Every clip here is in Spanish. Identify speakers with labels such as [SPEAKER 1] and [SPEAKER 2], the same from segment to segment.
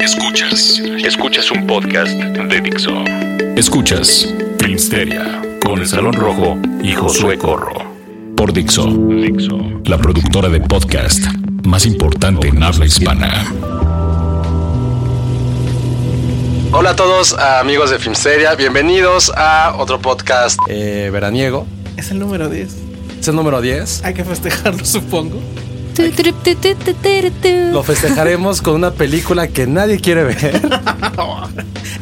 [SPEAKER 1] Escuchas, escuchas un podcast de Dixo. Escuchas Filmsteria con el Salón Rojo y Josué Corro. Por Dixo, la productora de podcast más importante en habla hispana.
[SPEAKER 2] Hola a todos, a amigos de Filmsteria. Bienvenidos a otro podcast eh, veraniego.
[SPEAKER 3] Es el número 10.
[SPEAKER 2] Es el número 10.
[SPEAKER 3] Hay que festejarlo, supongo.
[SPEAKER 4] Tu, tu, tu, tu, tu, tu, tu.
[SPEAKER 2] Lo festejaremos con una película que nadie quiere ver.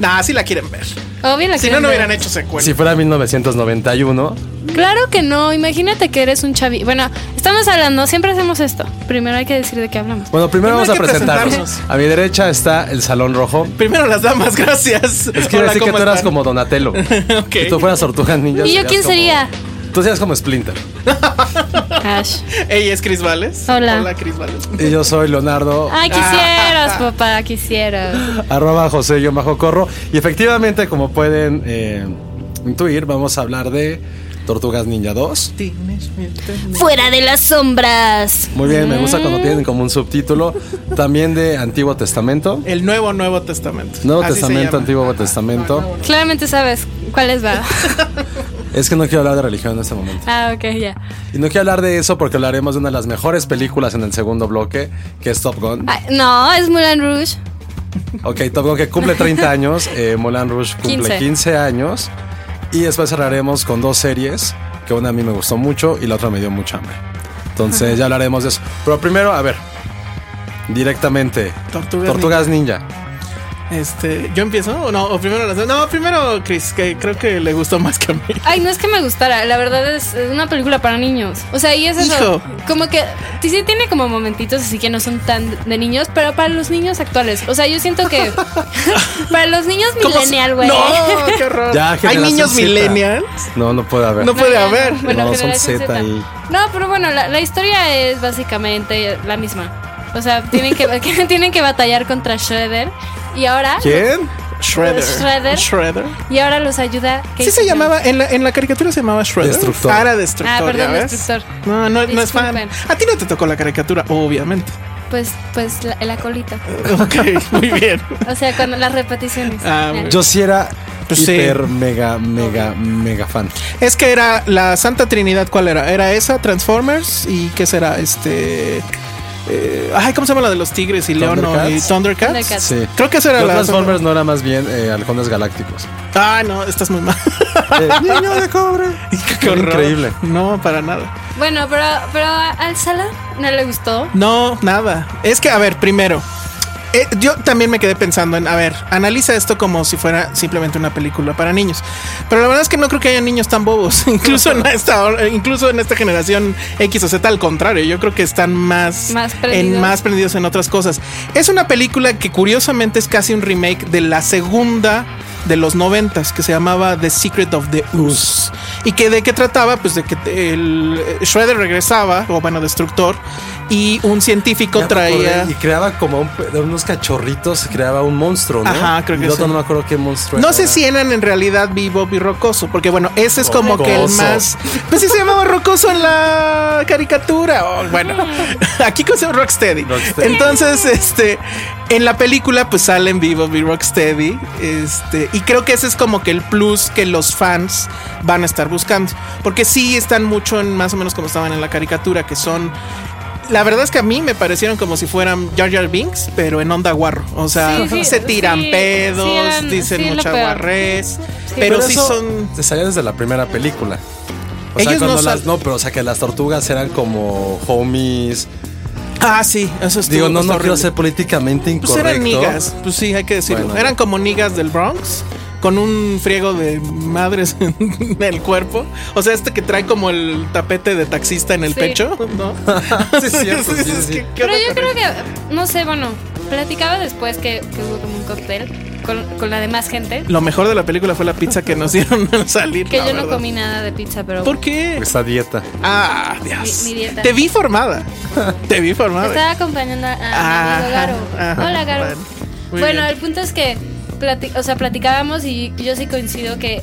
[SPEAKER 3] Nah, sí la quieren ver.
[SPEAKER 4] Obvio Oh, la
[SPEAKER 3] Si no,
[SPEAKER 4] quieren
[SPEAKER 3] no
[SPEAKER 4] ver.
[SPEAKER 3] hubieran hecho secuela.
[SPEAKER 2] si fuera 1991,
[SPEAKER 4] Claro que no. Imagínate que eres un chavi. Bueno, estamos hablando, siempre hacemos esto. Primero hay que decir de qué hablamos.
[SPEAKER 2] Bueno, primero
[SPEAKER 3] Primero
[SPEAKER 2] vamos
[SPEAKER 3] hay
[SPEAKER 2] a
[SPEAKER 3] que
[SPEAKER 2] presentarnos.
[SPEAKER 3] presentarnos.
[SPEAKER 2] A mi derecha está el Salón Rojo.
[SPEAKER 3] Primero las damas, gracias.
[SPEAKER 2] Es que
[SPEAKER 3] Hola,
[SPEAKER 2] decir que
[SPEAKER 3] ¿cómo
[SPEAKER 2] tú eras
[SPEAKER 3] están?
[SPEAKER 2] como Donatello.
[SPEAKER 3] Ok.
[SPEAKER 2] Si tú fueras Tortuga Ninja.
[SPEAKER 4] ¿Y yo
[SPEAKER 2] serías
[SPEAKER 4] quién
[SPEAKER 2] como-
[SPEAKER 4] sería?
[SPEAKER 2] Tú serías como Splinter.
[SPEAKER 4] Ash.
[SPEAKER 3] Ella es Cris Vales.
[SPEAKER 4] Hola.
[SPEAKER 3] Hola, Cris Vales.
[SPEAKER 2] Y yo soy Leonardo.
[SPEAKER 4] Ay, quisieras, papá, quisieras.
[SPEAKER 2] arroba José yo bajo corro. Y efectivamente, como pueden eh, intuir, vamos a hablar de Tortugas Ninja 2.
[SPEAKER 3] Tienes mi internet.
[SPEAKER 4] Fuera de las sombras.
[SPEAKER 2] Muy bien, me gusta cuando tienen como un subtítulo. También de Antiguo Testamento.
[SPEAKER 3] El nuevo Nuevo Testamento.
[SPEAKER 2] Nuevo
[SPEAKER 3] Así se
[SPEAKER 2] Testamento,
[SPEAKER 3] llama.
[SPEAKER 2] Antiguo Testamento.
[SPEAKER 4] Claramente sabes cuál es va.
[SPEAKER 2] Es que no quiero hablar de religión en este momento.
[SPEAKER 4] Ah, ok, ya.
[SPEAKER 2] Y no quiero hablar de eso porque hablaremos de una de las mejores películas en el segundo bloque, que es Top Gun.
[SPEAKER 4] Ay, no, es Moulin Rouge.
[SPEAKER 2] Ok, Top Gun que cumple 30 años, eh, Moulin Rouge cumple 15.
[SPEAKER 4] 15.
[SPEAKER 2] años. Y después cerraremos con dos series, que una a mí me gustó mucho y la otra me dio mucha hambre. Entonces ya hablaremos de eso. Pero primero, a ver, directamente,
[SPEAKER 3] Tortugas
[SPEAKER 2] Tortugas Ninja.
[SPEAKER 3] Este, ¿yo empiezo o no? O primero las No, primero Cris, que creo que le gustó más que a mí.
[SPEAKER 4] Ay, no es que me gustara, la verdad es es una película para niños. O sea, y es eso.
[SPEAKER 3] Hijo.
[SPEAKER 4] Como que sí, sí tiene como momentitos así que no son tan de niños, pero para los niños actuales. O sea, yo siento que para los niños
[SPEAKER 3] ¿Cómo se-
[SPEAKER 4] millennial, güey.
[SPEAKER 3] No, qué horror.
[SPEAKER 2] Ya,
[SPEAKER 3] Hay
[SPEAKER 2] generación
[SPEAKER 3] niños
[SPEAKER 2] Z.
[SPEAKER 3] millennials.
[SPEAKER 2] No, no puede haber.
[SPEAKER 3] No
[SPEAKER 4] No,
[SPEAKER 3] puede
[SPEAKER 4] ya,
[SPEAKER 3] haber.
[SPEAKER 4] no, bueno,
[SPEAKER 2] No, son
[SPEAKER 4] generación
[SPEAKER 2] Z ahí.
[SPEAKER 4] No, pero bueno, la, la historia es básicamente la misma. O sea, tienen que, que tienen que batallar contra Shredder y ahora
[SPEAKER 2] ¿Quién?
[SPEAKER 3] Shredder.
[SPEAKER 4] Shredder.
[SPEAKER 3] Shredder.
[SPEAKER 4] y ahora los ayuda.
[SPEAKER 3] Sí se llamaba, en la, en la caricatura se llamaba Shredder.
[SPEAKER 2] Destructor.
[SPEAKER 3] Ah, era Destructor.
[SPEAKER 4] Ah,
[SPEAKER 3] ¿ya
[SPEAKER 4] perdón,
[SPEAKER 3] ves?
[SPEAKER 4] destructor.
[SPEAKER 3] No, no, no es fan.
[SPEAKER 4] Disculpen.
[SPEAKER 3] A ti no te tocó la caricatura, obviamente.
[SPEAKER 4] Pues, pues la, la colita.
[SPEAKER 3] Ok, muy bien.
[SPEAKER 4] O sea, cuando las repeticiones.
[SPEAKER 3] Ah,
[SPEAKER 4] Ya.
[SPEAKER 2] Yo sí era
[SPEAKER 3] Pues sí.
[SPEAKER 2] hiper, mega, mega, mega fan.
[SPEAKER 3] Es que era la Santa Trinidad, ¿cuál era? Era esa, Transformers y ¿qué será? Este. eh, ay, ¿cómo se llama la de los tigres y león o- y
[SPEAKER 2] Thundercats.
[SPEAKER 3] Thundercats?
[SPEAKER 4] Thundercats.
[SPEAKER 2] Sí.
[SPEAKER 3] Creo que esa era
[SPEAKER 2] Los
[SPEAKER 3] la.
[SPEAKER 2] Transformers no era más bien eh, Halcones Galácticos.
[SPEAKER 3] Ah, no, estás muy mal.
[SPEAKER 2] Eh, Niño de cobre.
[SPEAKER 3] Qué horror.
[SPEAKER 2] Increíble.
[SPEAKER 3] No, para nada.
[SPEAKER 4] Bueno, pero, pero a- al salón no le gustó.
[SPEAKER 3] No, nada. Es que, a ver, primero. eh, yo también me quedé pensando en, a ver, analiza esto como si fuera simplemente una película para niños. Pero la verdad es que no creo que haya niños tan bobos. incluso, en esta, hora- incluso en esta generación X o Z, al contrario, yo creo que están más,
[SPEAKER 4] Más
[SPEAKER 3] en,
[SPEAKER 4] prendidos.
[SPEAKER 3] más prendidos en otras cosas. Es una película que curiosamente es casi un remake de la segunda de los noventas que se llamaba The Secret of the Ooze y que de qué trataba pues de que te- el eh, Shredder regresaba o bueno destructor y un científico
[SPEAKER 2] Ya me
[SPEAKER 3] traía
[SPEAKER 2] acordé, Y creaba como un- de unos cachorritos, creaba un monstruo, ¿no?
[SPEAKER 3] Ajá, creo que
[SPEAKER 2] Y el otro
[SPEAKER 3] sí.
[SPEAKER 2] no me acuerdo qué monstruo
[SPEAKER 3] no
[SPEAKER 2] era.
[SPEAKER 3] sé si eran en realidad Bebop y Rocoso, porque bueno, ese es como que el
[SPEAKER 2] Rocoso.
[SPEAKER 3] más. Pues sí se llamaba Rocoso en la caricatura. o bueno, aquí con Rocksteady.
[SPEAKER 2] Rocksteady.
[SPEAKER 3] Entonces, este, en la película, pues salen Bebop y Rocksteady. Este, Y creo que ese es como que el plus que los fans van a estar buscando. Porque sí están mucho en más o menos como estaban en la caricatura, que son. La verdad es que a mí me parecieron como si fueran Jar Jar Binks, pero en onda guarro. O sea,
[SPEAKER 4] Sí, sí,
[SPEAKER 3] se tiran
[SPEAKER 4] sí,
[SPEAKER 3] pedos,
[SPEAKER 4] sí eran-
[SPEAKER 3] dicen
[SPEAKER 4] sí es lo
[SPEAKER 3] mucha
[SPEAKER 4] peor.
[SPEAKER 3] guarrez,
[SPEAKER 4] Sí.
[SPEAKER 3] pero, sí
[SPEAKER 2] eso
[SPEAKER 3] son.
[SPEAKER 2] Se salía desde la primera película. O sea,
[SPEAKER 3] Ellos
[SPEAKER 2] cuando
[SPEAKER 3] no
[SPEAKER 2] las.
[SPEAKER 3] sal-
[SPEAKER 2] No, pero o sea, que las tortugas eran como homies.
[SPEAKER 3] Ah, sí, eso es
[SPEAKER 2] Digo, no, no quiero ser políticamente
[SPEAKER 3] Pues
[SPEAKER 2] incorrecto.
[SPEAKER 3] eran niggas, pues sí, hay que decirlo.
[SPEAKER 2] Bueno.
[SPEAKER 3] eran como niggas del Bronx, con un friego de madres en el cuerpo. O sea, este que trae como el tapete de taxista en el
[SPEAKER 4] Sí.
[SPEAKER 3] pecho, ¿no?
[SPEAKER 2] Sí, es cierto, sí, sí, sí.
[SPEAKER 3] que- ¿qué
[SPEAKER 4] Pero
[SPEAKER 3] onda
[SPEAKER 4] yo
[SPEAKER 3] con
[SPEAKER 4] creo
[SPEAKER 3] eso?
[SPEAKER 4] que, no sé, bueno, platicaba después que, que hubo como un cóctel con, con la demás gente.
[SPEAKER 3] Lo mejor de la película fue la pizza que nos dieron al salir.
[SPEAKER 4] Que
[SPEAKER 3] la
[SPEAKER 4] yo no
[SPEAKER 3] verdad.
[SPEAKER 4] comí nada de pizza, pero.
[SPEAKER 3] ¿Por qué?
[SPEAKER 2] Esta dieta.
[SPEAKER 3] Ah, Dios.
[SPEAKER 4] Mi- mi dieta.
[SPEAKER 3] Te vi formada. Te vi formada.
[SPEAKER 4] Estaba acompañando a, a mi
[SPEAKER 3] Ah, Ajá,
[SPEAKER 4] amigo Garo.
[SPEAKER 3] ajá,
[SPEAKER 4] Hola, Garo.
[SPEAKER 3] bueno, muy
[SPEAKER 4] bueno,
[SPEAKER 3] bien.
[SPEAKER 4] el punto es que plati- o sea, platicábamos y yo sí coincido que,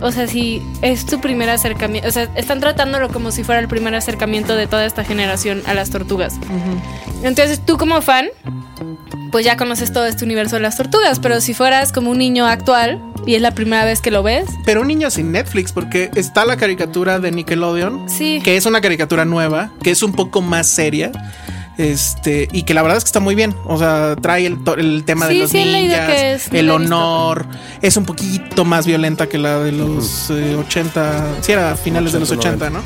[SPEAKER 4] o sea, si es tu primer acercamiento, o sea, están tratándolo como si fuera el primer acercamiento de toda esta generación a las tortugas. Entonces, tú como fan, pues ya conoces todo este universo de las tortugas, pero si fueras como un niño actual y es la primera vez que lo ves,
[SPEAKER 3] Pero un niño sin Netflix, porque está la caricatura de Nickelodeon,
[SPEAKER 4] Sí.
[SPEAKER 3] que es una caricatura nueva, que es un poco más seria. Este, y que la verdad es que está muy bien. O sea, trae el, to- el tema de
[SPEAKER 4] Sí,
[SPEAKER 3] los
[SPEAKER 4] sí he leído
[SPEAKER 3] ninjas,
[SPEAKER 4] que es-
[SPEAKER 3] el
[SPEAKER 4] la he visto.
[SPEAKER 3] honor. Es un poquito más violenta que la de los eh, 80. Si era finales de los
[SPEAKER 2] 80,
[SPEAKER 3] 80, ¿no?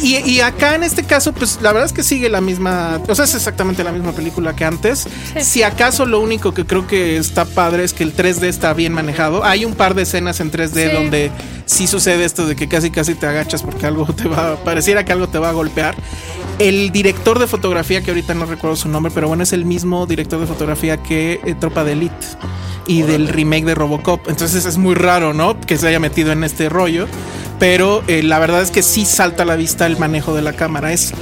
[SPEAKER 3] Y, y acá en este caso, pues la verdad es que sigue la misma. O sea, es exactamente la misma película que antes.
[SPEAKER 4] Sí.
[SPEAKER 3] Si acaso lo único que creo que está padre es que el 3D está bien manejado. Hay un par de escenas en 3D
[SPEAKER 4] Sí.
[SPEAKER 3] donde sí sucede esto de que casi casi te agachas porque algo te va. Pareciera que algo te va a golpear. El director de fotografía, que ahorita no recuerdo su nombre, pero bueno, es el mismo director de fotografía que eh, Tropa de Elite y del remake de Robocop. Entonces es muy raro, ¿no? Que se haya metido en este rollo. Pero eh, la verdad es que sí salta a la vista el manejo de la cámara. Es,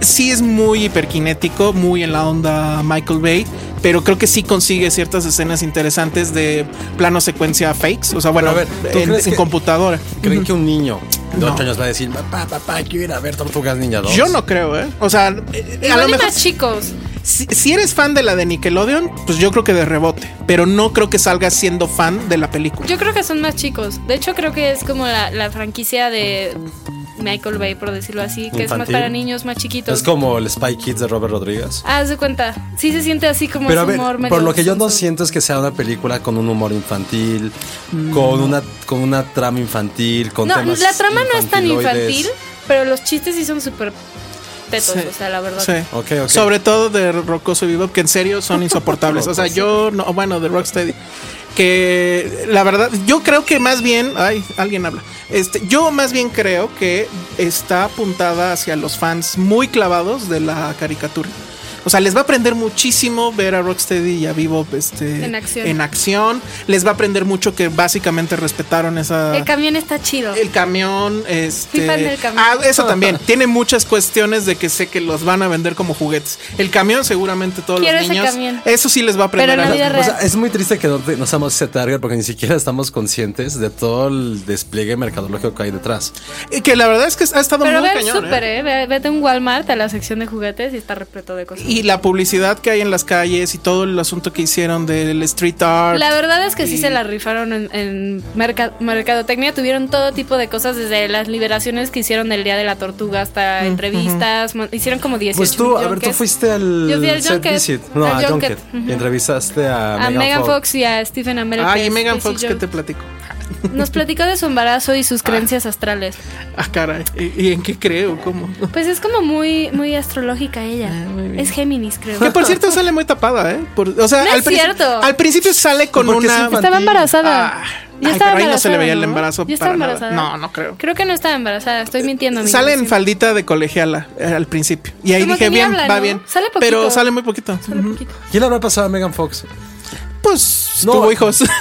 [SPEAKER 3] sí es muy hiperkinético, muy en la onda Michael Bay, pero creo que sí consigue ciertas escenas interesantes de plano secuencia fakes. O sea, bueno,
[SPEAKER 2] a ver, ¿tú
[SPEAKER 3] en,
[SPEAKER 2] crees
[SPEAKER 3] en
[SPEAKER 2] que-
[SPEAKER 3] computadora.
[SPEAKER 2] ¿Creen que un niño de
[SPEAKER 3] No.
[SPEAKER 2] 8 años va a decir, papá, papá, quiero ir a ver Tortugas Ninja 2?
[SPEAKER 3] Yo no creo, ¿eh? O sea, eh, a
[SPEAKER 4] igual
[SPEAKER 3] lo
[SPEAKER 4] y
[SPEAKER 3] mejor
[SPEAKER 4] más chicos.
[SPEAKER 3] si, si eres fan de la de Nickelodeon, pues yo creo que de rebote, pero no creo que salgas siendo fan de la película.
[SPEAKER 4] Yo creo que son más chicos. De hecho, creo que es como la, la franquicia de Michael Bay, por decirlo así, que es más
[SPEAKER 2] Infantil.
[SPEAKER 4] para niños más chiquitos. Ah,
[SPEAKER 2] Es como el Spy Kids de Robert Rodríguez.
[SPEAKER 4] Haz de cuenta. Sí se siente así como
[SPEAKER 2] Pero a
[SPEAKER 4] ese
[SPEAKER 2] ver,
[SPEAKER 4] humor medio
[SPEAKER 2] por lo que yo no
[SPEAKER 4] soso.
[SPEAKER 2] siento es que sea una película con un humor infantil,
[SPEAKER 3] Mm.
[SPEAKER 2] con una con una trama infantil, con
[SPEAKER 4] No,
[SPEAKER 2] temas
[SPEAKER 4] la trama no es tan
[SPEAKER 2] infantiloides.
[SPEAKER 4] infantil, pero los chistes sí son súper tetos,
[SPEAKER 3] Sí.
[SPEAKER 4] o sea, la verdad.
[SPEAKER 3] Sí.
[SPEAKER 2] Ok, ok.
[SPEAKER 3] Sobre todo de Roccoso y Bebop, que en serio son insoportables. o sea, yo no, bueno, de Rocksteady. Que la verdad, yo creo que más bien, ay, alguien habla. Este, yo más bien creo que está apuntada hacia los fans muy clavados de la caricatura. O sea, les va a aprender muchísimo ver a Rocksteady y a Bebop este,
[SPEAKER 4] En acción.
[SPEAKER 3] en acción. Les va a aprender mucho que básicamente respetaron esa.
[SPEAKER 4] El camión está chido.
[SPEAKER 3] El camión, este.
[SPEAKER 4] Fui fan del camión.
[SPEAKER 3] Ah, eso también. Tiene muchas cuestiones de que sé que los van a vender como juguetes. El camión, seguramente todos
[SPEAKER 4] Quiero
[SPEAKER 3] los
[SPEAKER 4] ese
[SPEAKER 3] niños.
[SPEAKER 4] camión.
[SPEAKER 3] Eso sí les va a aprender
[SPEAKER 4] Pero en
[SPEAKER 3] a
[SPEAKER 4] la vida
[SPEAKER 2] O sea,
[SPEAKER 4] real.
[SPEAKER 2] es muy triste que no, te- no seamos ese target porque ni siquiera estamos conscientes de todo el despliegue mercadológico que hay detrás.
[SPEAKER 3] Eh, Que la verdad es que ha estado
[SPEAKER 4] pero
[SPEAKER 3] muy
[SPEAKER 4] ve al
[SPEAKER 3] cañón.
[SPEAKER 4] súper,
[SPEAKER 3] ¿eh?
[SPEAKER 4] ¿eh? Ve- Vete a un Walmart a la sección de juguetes y está repleto de cosas.
[SPEAKER 3] Y la publicidad que hay en las calles y todo el asunto que hicieron del street art.
[SPEAKER 4] La verdad es que sí
[SPEAKER 3] Y-
[SPEAKER 4] se la rifaron en, en merca- mercadotecnia. Tuvieron todo tipo de cosas, desde las liberaciones que hicieron del Día de la Tortuga hasta entrevistas. mon- Hicieron como 18
[SPEAKER 2] Pues tú, a
[SPEAKER 4] mil
[SPEAKER 2] ver, tú
[SPEAKER 4] junkets.
[SPEAKER 2] fuiste al
[SPEAKER 4] Yo fui al
[SPEAKER 2] set
[SPEAKER 4] Junket.
[SPEAKER 2] visit. No,
[SPEAKER 4] Al
[SPEAKER 2] a
[SPEAKER 4] Junket.
[SPEAKER 2] Junket. Y
[SPEAKER 4] Ujú.
[SPEAKER 2] entrevistaste a,
[SPEAKER 4] A Megan Fox y a Stephen Amell.
[SPEAKER 3] Ah,
[SPEAKER 4] que
[SPEAKER 3] y
[SPEAKER 4] es
[SPEAKER 3] Megan
[SPEAKER 4] Tracy
[SPEAKER 3] Fox, que
[SPEAKER 4] Jordan.
[SPEAKER 3] te platico.
[SPEAKER 4] Nos platicó de su embarazo y sus creencias astrales.
[SPEAKER 3] Ah, caray. ¿Y, y en qué creo? ¿Cómo?
[SPEAKER 4] Pues es como muy, muy astrológica ella. Es Géminis, creo.
[SPEAKER 3] Ah, Que por cierto sale muy tapada, ¿eh? Por- o sea,
[SPEAKER 4] No
[SPEAKER 3] al,
[SPEAKER 4] es
[SPEAKER 3] princi-
[SPEAKER 4] cierto.
[SPEAKER 3] al principio sale con
[SPEAKER 2] Porque es
[SPEAKER 3] una.
[SPEAKER 2] infantil.
[SPEAKER 4] Estaba embarazada.
[SPEAKER 3] Ah,
[SPEAKER 4] Ya
[SPEAKER 3] ay,
[SPEAKER 4] estaba
[SPEAKER 3] pero ahí no se le
[SPEAKER 4] embarazada,
[SPEAKER 3] veía el
[SPEAKER 4] ¿no?
[SPEAKER 3] embarazo.
[SPEAKER 4] Ya estaba
[SPEAKER 3] para nada.
[SPEAKER 4] embarazada.
[SPEAKER 3] No, no creo.
[SPEAKER 4] Creo que no estaba embarazada, estoy mintiendo. amiga,
[SPEAKER 3] Sale
[SPEAKER 4] lo
[SPEAKER 3] en
[SPEAKER 4] siento.
[SPEAKER 3] faldita de colegiala eh, al principio. Y ahí
[SPEAKER 4] Como
[SPEAKER 3] dije,
[SPEAKER 4] que ni
[SPEAKER 3] bien,
[SPEAKER 4] habla,
[SPEAKER 3] va
[SPEAKER 4] ¿no?
[SPEAKER 3] bien.
[SPEAKER 4] Sale poquito.
[SPEAKER 3] Pero sale muy poquito.
[SPEAKER 4] Sale poquito.
[SPEAKER 2] ¿Qué le habrá pasado a Megan Fox?
[SPEAKER 3] Pues
[SPEAKER 2] No.
[SPEAKER 3] tuvo hijos.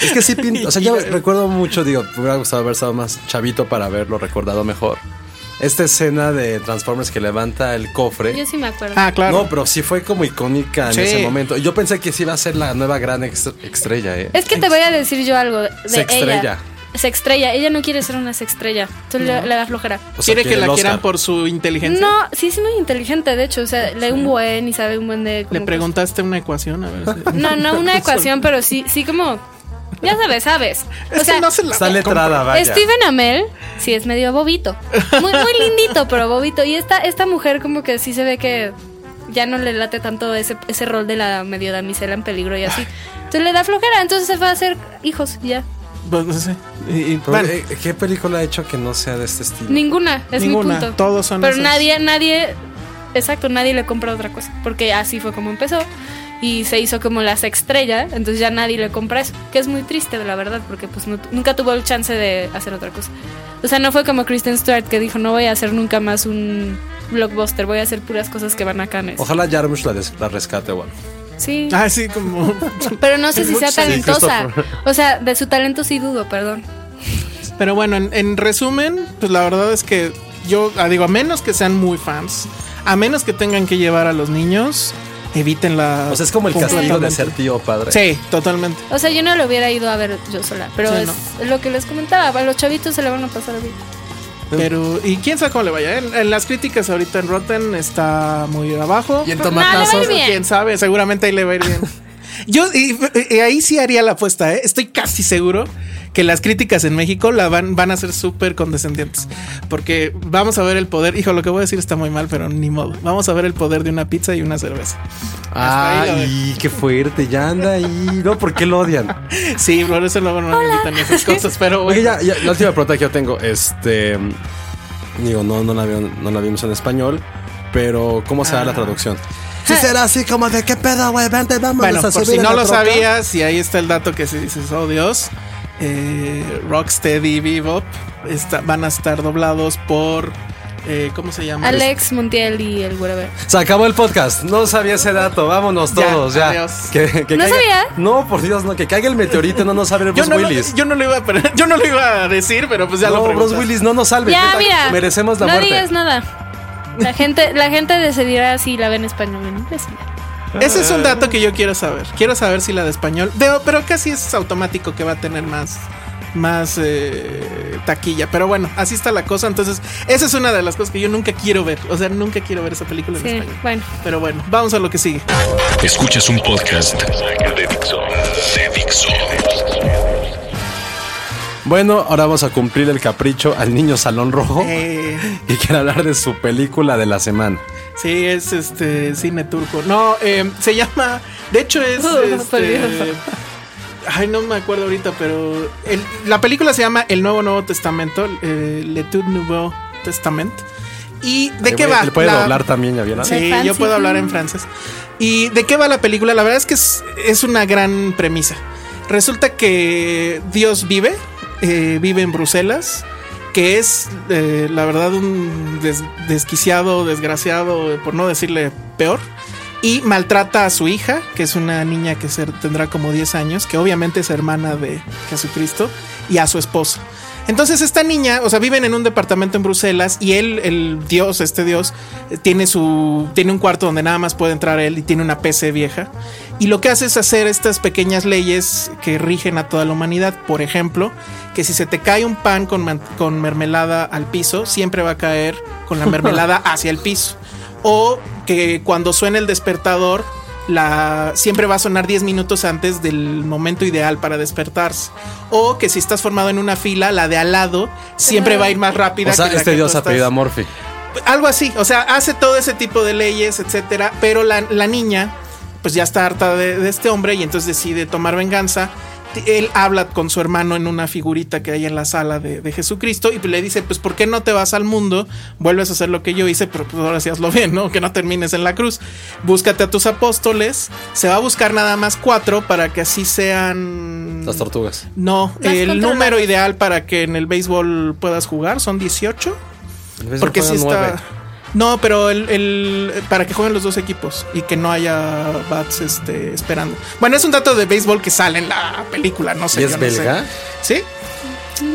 [SPEAKER 2] Es que sí pinta. O sea, yo recuerdo mucho, digo, me hubiera gustado haber estado más chavito para haberlo recordado mejor. Esta escena de Transformers que levanta el
[SPEAKER 4] Yo
[SPEAKER 2] cofre.
[SPEAKER 4] sí me acuerdo.
[SPEAKER 3] ah, claro.
[SPEAKER 2] No, pero sí fue como icónica en
[SPEAKER 3] Sí.
[SPEAKER 2] ese momento. Yo pensé que sí iba a ser la nueva gran ex- estrella, ¿eh?
[SPEAKER 4] Es que te voy a decir yo algo de
[SPEAKER 2] Se estrella.
[SPEAKER 4] ella. Se estrella. Ella no quiere ser una sextrella. Tú le, le das flojera.
[SPEAKER 2] O sea,
[SPEAKER 3] Quiere que
[SPEAKER 2] tiene
[SPEAKER 3] la
[SPEAKER 2] el
[SPEAKER 3] quieran
[SPEAKER 2] Oscar.
[SPEAKER 3] por su inteligencia.
[SPEAKER 4] No, sí es muy inteligente, de hecho. O sea, lee un buen y sabe un buen de. como
[SPEAKER 3] Le preguntaste una ecuación a ver. si-
[SPEAKER 4] cosas. No, no una ecuación, pero sí, sí como Ya sabes, sabes. O
[SPEAKER 3] Este
[SPEAKER 4] sea,
[SPEAKER 3] no se la
[SPEAKER 2] Está
[SPEAKER 3] voy a
[SPEAKER 2] letrada,
[SPEAKER 3] comprar.
[SPEAKER 2] vaya.
[SPEAKER 4] Steven Amell sí es medio bobito. Muy, muy lindito, pero bobito. Y esta, esta mujer como que sí se ve que ya no le late tanto ese, ese rol de la medio damisela en peligro y así. Entonces le da flojera, entonces se va a hacer hijos y ya.
[SPEAKER 3] Pues, no sé. Y- y-
[SPEAKER 2] Pero,
[SPEAKER 3] bueno,
[SPEAKER 2] eh, ¿Qué película ha hecho que no sea de este estilo?
[SPEAKER 4] Ninguna, es mi
[SPEAKER 3] Ninguna,
[SPEAKER 4] punto.
[SPEAKER 3] todos son
[SPEAKER 4] Pero
[SPEAKER 3] esas.
[SPEAKER 4] nadie, nadie, exacto, nadie le compra otra cosa. Porque así fue como empezó. Y se hizo como la estrella, entonces ya nadie le compra eso. Que es muy triste, la verdad, porque pues no- nunca tuvo el chance de hacer otra cosa. O sea, no fue como Kristen Stewart que dijo, no voy a hacer nunca más un blockbuster, voy a hacer puras cosas que van a Cannes.
[SPEAKER 2] Ojalá Jarmusch la, des- la rescate o algo.
[SPEAKER 4] Sí.
[SPEAKER 3] ah, sí, como.
[SPEAKER 4] Pero no sé si sea
[SPEAKER 3] Sí,
[SPEAKER 4] talentosa. O sea, de su talento sí dudo, perdón.
[SPEAKER 3] Pero bueno, en, en resumen, pues la verdad es que yo ah, digo, a menos que sean muy fans, a menos que tengan que llevar a los niños, eviten la.
[SPEAKER 2] O sea, es como el castigo de ser tío o padre.
[SPEAKER 3] Sí, totalmente.
[SPEAKER 4] O sea, yo no lo hubiera ido a ver yo sola, pero
[SPEAKER 3] Sí,
[SPEAKER 4] es
[SPEAKER 3] no.
[SPEAKER 4] lo que les comentaba, a los chavitos se le van a pasar bien.
[SPEAKER 3] Pero, y quién sabe cómo le vaya. En, en las críticas ahorita en Rotten está muy abajo.
[SPEAKER 2] Y en
[SPEAKER 4] le va a ir
[SPEAKER 2] tomatazos.
[SPEAKER 4] bien.
[SPEAKER 3] Quién sabe, seguramente ahí le va a ir bien. Yo, y, y ahí sí haría la apuesta, ¿eh? estoy casi seguro que las críticas en México la van, van a ser súper condescendientes. Porque vamos a ver el poder, hijo, lo que voy a decir está muy mal, pero ni modo. Vamos a ver el poder de una pizza y una cerveza.
[SPEAKER 2] Ah,
[SPEAKER 3] Hasta ahí,
[SPEAKER 2] y qué fuerte, ya anda ahí. No, ¿por qué lo odian?
[SPEAKER 3] Sí, por eso luego no me invitan a esas cosas, pero
[SPEAKER 2] Oye,
[SPEAKER 3] bueno.
[SPEAKER 2] ya, ya, la última pregunta que yo tengo, este. Digo, no, no la, vieron- no la vimos en español, pero ¿cómo será la traducción? Ah. Sí, será así como de qué pedo, güey, vente, vamos
[SPEAKER 3] Bueno,
[SPEAKER 2] a
[SPEAKER 3] por
[SPEAKER 2] subir
[SPEAKER 3] si
[SPEAKER 2] a
[SPEAKER 3] no
[SPEAKER 2] la
[SPEAKER 3] lo
[SPEAKER 2] troca".
[SPEAKER 3] sabías, y ahí está el dato que si dices, oh Dios, eh, Rocksteady y Bebop está- van a estar doblados por, eh, ¿cómo se llama?
[SPEAKER 4] Alex Montiel y el whatever.
[SPEAKER 2] Se acabó el podcast. No sabía ese dato. Vámonos
[SPEAKER 3] Ya,
[SPEAKER 2] todos, ya.
[SPEAKER 3] adiós.
[SPEAKER 2] Que- que
[SPEAKER 4] ¿No
[SPEAKER 2] caiga-
[SPEAKER 4] sabía?
[SPEAKER 2] No, por Dios, no. Que caiga el meteorito, no nos salve
[SPEAKER 3] Yo
[SPEAKER 2] Bruce
[SPEAKER 3] no, lo,
[SPEAKER 2] Willis.
[SPEAKER 3] Este, yo no lo iba a, pero- yo no lo iba a decir, pero pues ya lo
[SPEAKER 2] no, Bruce
[SPEAKER 3] preguntaste.
[SPEAKER 2] Willis, no nos salve.
[SPEAKER 4] Ya,
[SPEAKER 2] Neta,
[SPEAKER 4] mira.
[SPEAKER 2] Merecemos la
[SPEAKER 4] no
[SPEAKER 2] muerte.
[SPEAKER 4] digas nada. La gente, la gente decidirá si la ve en español o en inglés.
[SPEAKER 3] Ese es un dato que yo quiero saber. Quiero saber si la de español. Veo, pero casi es automático que va a tener más. Más eh, taquilla. Pero bueno, así está la cosa. Entonces, esa es una de las cosas que yo nunca quiero ver. O sea, nunca quiero ver esa película en
[SPEAKER 4] Sí,
[SPEAKER 3] español.
[SPEAKER 4] bueno.
[SPEAKER 3] Pero bueno, vamos a lo que sigue.
[SPEAKER 1] Escuchas un podcast de Dixo. De Dixo.
[SPEAKER 2] Bueno, ahora vamos a cumplir el capricho al niño Salón Rojo.
[SPEAKER 3] Eh,
[SPEAKER 2] Y quiere hablar de su película de la semana.
[SPEAKER 3] sí, es este cine turco. No, eh, se llama. De hecho, es.
[SPEAKER 4] Uh, por
[SPEAKER 3] este,
[SPEAKER 4] Dios.
[SPEAKER 3] ay, no me acuerdo ahorita, pero. el- la película se llama El Nuevo Nuevo Testamento. Eh, Le Tout Nouveau Testament. ¿Y de
[SPEAKER 2] Ay,
[SPEAKER 3] qué
[SPEAKER 2] güey,
[SPEAKER 3] va?
[SPEAKER 2] Él puede
[SPEAKER 3] La-
[SPEAKER 2] doblar también, ¿ya vieron?
[SPEAKER 3] Sí,
[SPEAKER 4] Fancy.
[SPEAKER 3] yo puedo hablar en francés. ¿Y de qué va la película? La verdad es que es, es una gran premisa. Resulta que Dios vive, eh, vive en Bruselas, que es eh, la verdad un des- desquiciado, desgraciado, eh, por no decirle peor. Y maltrata a su hija, que es una niña que ser- tendrá como 10 años, que obviamente es hermana de Jesucristo, y a su esposa. Entonces esta niña, o sea, viven en un departamento en Bruselas y él, el dios, este dios, eh, tiene su, tiene un cuarto donde nada más puede entrar él y tiene una PC vieja. Y lo que hace es hacer estas pequeñas leyes que rigen a toda la humanidad. Por ejemplo, que si se te cae un pan con, man- con mermelada al piso, siempre va a caer con la mermelada hacia el piso. O que cuando suene el despertador, la, siempre va a sonar 10 minutos antes del momento ideal para despertarse. O que si estás formado en una fila, la de al lado siempre va a ir más rápida.
[SPEAKER 2] O sea,
[SPEAKER 3] que la
[SPEAKER 2] este
[SPEAKER 3] que
[SPEAKER 2] dios
[SPEAKER 3] tú
[SPEAKER 2] ha
[SPEAKER 3] estás.
[SPEAKER 2] pedido a Morphy.
[SPEAKER 3] Algo así, o sea, hace todo ese tipo de leyes, etcétera. Pero la, la niña, pues ya está harta de, de este hombre y entonces decide tomar venganza. T- Él habla con su hermano en una figurita que hay en la sala de, de Jesucristo y le dice, pues, ¿por qué no te vas al mundo? Vuelves a hacer lo que yo hice, pero pues ahora sí hazlo bien, ¿no? Que no termines en la cruz. Búscate a tus apóstoles. Se va a buscar nada más cuatro para que así sean...
[SPEAKER 2] Las tortugas.
[SPEAKER 3] No,
[SPEAKER 4] Más
[SPEAKER 3] el
[SPEAKER 4] controladas.
[SPEAKER 3] número ideal para que en el béisbol puedas jugar son 18. Porque sí
[SPEAKER 2] si
[SPEAKER 3] está. No, pero el, el- para que jueguen los dos equipos y que no haya bats este, esperando. Bueno, es un dato de béisbol que sale en la película, no sé.
[SPEAKER 2] ¿Y es
[SPEAKER 3] yo no sé.
[SPEAKER 2] belga?
[SPEAKER 3] Sí,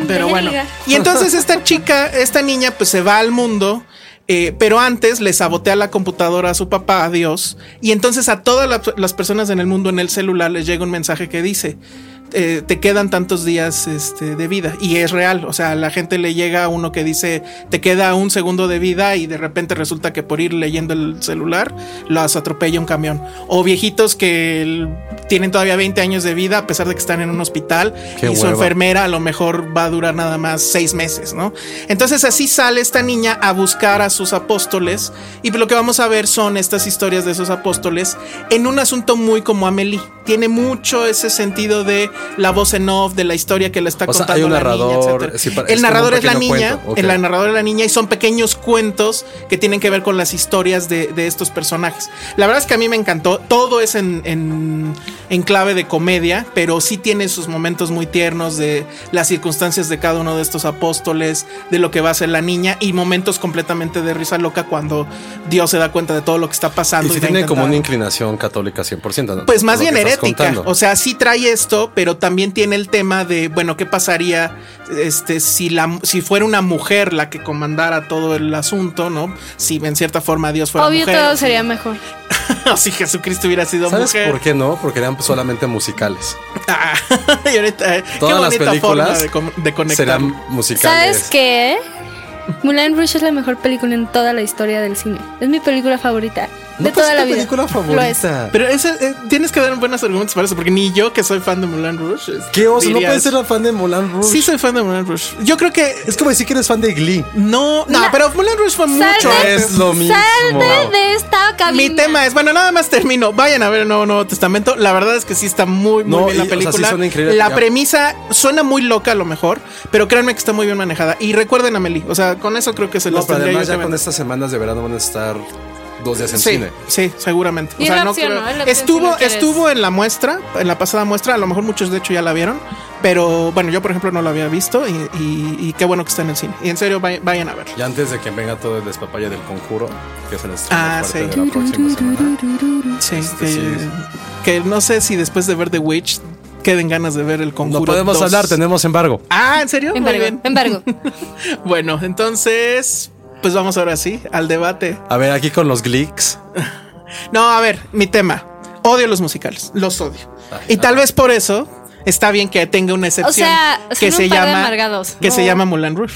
[SPEAKER 3] pero
[SPEAKER 4] Venga,
[SPEAKER 3] bueno.
[SPEAKER 4] diga.
[SPEAKER 3] Y entonces esta chica, esta niña, pues se va al mundo. eh, pero antes le sabotea la computadora a su papá, a Dios. Y entonces a todas la- las personas en el mundo en el celular les llega un mensaje que dice: eh, te quedan tantos días este, de vida. Y es real. O sea, a la gente le llega uno que dice, te queda un segundo de vida y de repente resulta que por ir leyendo el celular, las atropella un camión. O viejitos que el- tienen todavía 20 años de vida a pesar de que están en un hospital
[SPEAKER 2] Qué
[SPEAKER 3] y su
[SPEAKER 2] hueva.
[SPEAKER 3] enfermera a lo mejor va a durar nada más seis meses, ¿no? Entonces así sale esta niña a buscar a sus apóstoles y lo que vamos a ver son estas historias de esos apóstoles en un asunto muy como Amelie. Tiene mucho ese sentido de la voz en off, de la historia que la está
[SPEAKER 2] O sea,
[SPEAKER 3] contando
[SPEAKER 2] hay un
[SPEAKER 3] la
[SPEAKER 2] narrador,
[SPEAKER 3] niña, etcétera.
[SPEAKER 2] sí, para- es
[SPEAKER 3] el
[SPEAKER 2] como
[SPEAKER 3] narrador
[SPEAKER 2] un
[SPEAKER 3] es la
[SPEAKER 2] pequeño
[SPEAKER 3] niña,
[SPEAKER 2] cuento, ok.
[SPEAKER 3] el narrador es la niña y son pequeños cuentos que tienen que ver con las historias de, de estos personajes. La verdad es que a mí me encantó, todo es en, en- en clave de comedia, pero sí tiene sus momentos muy tiernos de las circunstancias de cada uno de estos apóstoles, de lo que va a ser la niña y momentos completamente de risa loca cuando Dios se da cuenta de todo lo que está pasando.
[SPEAKER 2] Y si
[SPEAKER 3] va a
[SPEAKER 2] tiene como
[SPEAKER 3] intentar-
[SPEAKER 2] una inclinación católica 100%, ¿no?
[SPEAKER 3] pues más
[SPEAKER 2] Lo que
[SPEAKER 3] bien
[SPEAKER 2] estás
[SPEAKER 3] herética.
[SPEAKER 2] contando.
[SPEAKER 3] O sea, sí trae esto, pero también tiene el tema de, bueno, ¿qué pasaría este, si, la, si fuera una mujer la que comandara todo el asunto, ¿no? Si en cierta forma Dios fuera
[SPEAKER 4] Obvio
[SPEAKER 3] mujer.
[SPEAKER 4] todo sería mejor.
[SPEAKER 3] o si Jesucristo hubiera sido
[SPEAKER 2] ¿Sabes
[SPEAKER 3] mujer.
[SPEAKER 2] por qué no? Porque eran solamente musicales.
[SPEAKER 3] Ah, y ahorita, eh,
[SPEAKER 2] Todas las
[SPEAKER 3] qué bonita forma
[SPEAKER 2] películas
[SPEAKER 3] de, con- de conectar.
[SPEAKER 2] Serán musicales.
[SPEAKER 4] ¿Sabes qué? Moulin Rouge es la mejor película en toda la historia del cine. Es mi película favorita de
[SPEAKER 2] pues,
[SPEAKER 4] toda
[SPEAKER 2] es
[SPEAKER 4] la
[SPEAKER 2] tu
[SPEAKER 4] vida.
[SPEAKER 2] película
[SPEAKER 4] Lo es.
[SPEAKER 2] favorita.
[SPEAKER 3] Pero ese, eh, tienes que dar buenos argumentos para eso, porque ni yo que soy fan de Mulan Rush.
[SPEAKER 2] ¿Qué oso? No puedes ser fan de Moulin Rouge.
[SPEAKER 3] Sí, soy fan de Mulan Rush. Yo creo que.
[SPEAKER 2] Es como decir que eres fan de Glee.
[SPEAKER 3] No, no,
[SPEAKER 4] La-
[SPEAKER 3] pero Mulan Rush fue
[SPEAKER 4] Sal
[SPEAKER 3] mucho.
[SPEAKER 4] de-
[SPEAKER 3] antes.
[SPEAKER 2] Es lo mismo.
[SPEAKER 4] Salte de esta
[SPEAKER 3] Mi
[SPEAKER 4] cabina.
[SPEAKER 3] tema es, bueno, nada más termino. Vayan a ver el nuevo, Nuevo Testamento. La verdad es que sí está muy, muy
[SPEAKER 2] No,
[SPEAKER 3] bien la
[SPEAKER 2] y, o sea, sí
[SPEAKER 3] película.
[SPEAKER 2] suena increíble.
[SPEAKER 3] La
[SPEAKER 2] Ya.
[SPEAKER 3] premisa suena muy loca a lo mejor, pero créanme que está muy bien manejada. Y recuerden a Meli, o sea, con eso creo que se
[SPEAKER 2] No,
[SPEAKER 3] los
[SPEAKER 2] pero
[SPEAKER 3] tendría
[SPEAKER 2] además
[SPEAKER 3] yo
[SPEAKER 2] ya
[SPEAKER 3] que
[SPEAKER 2] con
[SPEAKER 3] vender.
[SPEAKER 2] estas semanas de verano van a estar dos días en
[SPEAKER 3] Sí,
[SPEAKER 2] cine.
[SPEAKER 3] sí, seguramente.
[SPEAKER 4] Y es la opción, ¿no? Es la opción si
[SPEAKER 3] estuvo,
[SPEAKER 4] no quieres.
[SPEAKER 3] estuvo en la muestra, en la pasada muestra. A lo mejor muchos de hecho ya la vieron, pero bueno, yo por ejemplo no la había visto y, y- y qué bueno que está en el cine. Y en serio, vay- vayan a ver.
[SPEAKER 2] Y antes de que venga todo el despapalle del conjuro, que es el estreno
[SPEAKER 3] Ah,
[SPEAKER 2] fuerte
[SPEAKER 3] sí.
[SPEAKER 2] de la próxima semana.
[SPEAKER 3] Sí,
[SPEAKER 2] Este,
[SPEAKER 3] que,
[SPEAKER 2] sí.
[SPEAKER 3] que no sé si después de ver The Witch queden ganas de ver el conjuro.
[SPEAKER 2] No podemos
[SPEAKER 3] 2.
[SPEAKER 2] hablar, tenemos embargo.
[SPEAKER 3] Ah, ¿en serio? Muy
[SPEAKER 4] Embargo,
[SPEAKER 3] bien.
[SPEAKER 4] embargo.
[SPEAKER 3] Bueno, entonces, pues vamos ahora sí al debate.
[SPEAKER 2] A ver, aquí con los Gleeks.
[SPEAKER 3] No, a ver, mi tema. Odio los musicales, los odio. Y tal vez por eso está bien que tenga una excepción
[SPEAKER 4] sea,
[SPEAKER 3] que
[SPEAKER 4] son
[SPEAKER 3] se
[SPEAKER 4] un par de
[SPEAKER 3] llama
[SPEAKER 4] amargados.
[SPEAKER 3] que se
[SPEAKER 4] No.
[SPEAKER 3] llama Mulan Rush.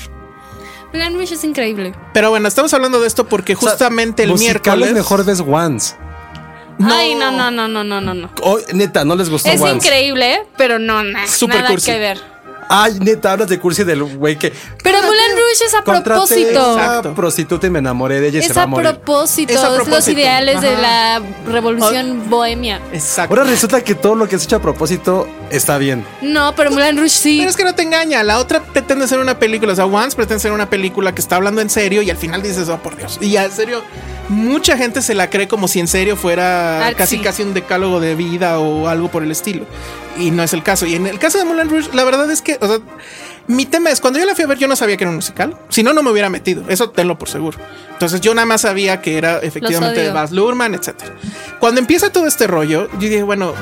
[SPEAKER 4] Moulin Rouge es increíble.
[SPEAKER 3] Pero bueno, estamos hablando de esto porque justamente el miércoles
[SPEAKER 2] mejor ves Once.
[SPEAKER 4] Ay, no, no, no, no, no, no. no.
[SPEAKER 2] Oh, neta, no les gustó
[SPEAKER 4] Es
[SPEAKER 2] Once.
[SPEAKER 4] increíble, ¿eh? pero no, na-
[SPEAKER 3] Super
[SPEAKER 4] nada
[SPEAKER 3] cursi.
[SPEAKER 4] que ver.
[SPEAKER 2] Ay, neta, hablas de cursi del güey que.
[SPEAKER 4] Pero Moulin Rouge es a propósito.
[SPEAKER 2] A
[SPEAKER 3] Exacto.
[SPEAKER 2] esa prostituta y me enamoré de ella y se
[SPEAKER 4] Es
[SPEAKER 2] va a
[SPEAKER 4] a
[SPEAKER 2] morir.
[SPEAKER 4] propósito.
[SPEAKER 3] Es
[SPEAKER 4] Es,
[SPEAKER 3] a
[SPEAKER 4] los
[SPEAKER 3] propósito.
[SPEAKER 4] ideales de
[SPEAKER 3] Ajá. Oh.
[SPEAKER 4] la revolución bohemia.
[SPEAKER 3] Exacto.
[SPEAKER 2] Ahora resulta que todo lo que es hecho a propósito está bien.
[SPEAKER 4] No, pero Moulin Rouge sí.
[SPEAKER 3] Pero es que no te engaña, la otra pretende ser una película, o sea, Once pretende ser una película que está hablando en serio y al final dices, oh por Dios. Y en serio, mucha gente se la cree como si en serio fuera
[SPEAKER 4] Ah,
[SPEAKER 3] casi
[SPEAKER 4] sí.
[SPEAKER 3] casi un decálogo de vida o algo por el estilo. Y no es el caso. Y en el caso de Moulin Rouge, la verdad es que, o sea, mi tema es, cuando yo la fui a ver, yo no sabía que era un musical. Si no, no me hubiera metido. Eso tenlo por seguro. Entonces yo nada más sabía que era efectivamente de
[SPEAKER 4] odio.
[SPEAKER 3] Baz Luhrmann, etc. Cuando empieza todo este rollo, yo dije, bueno,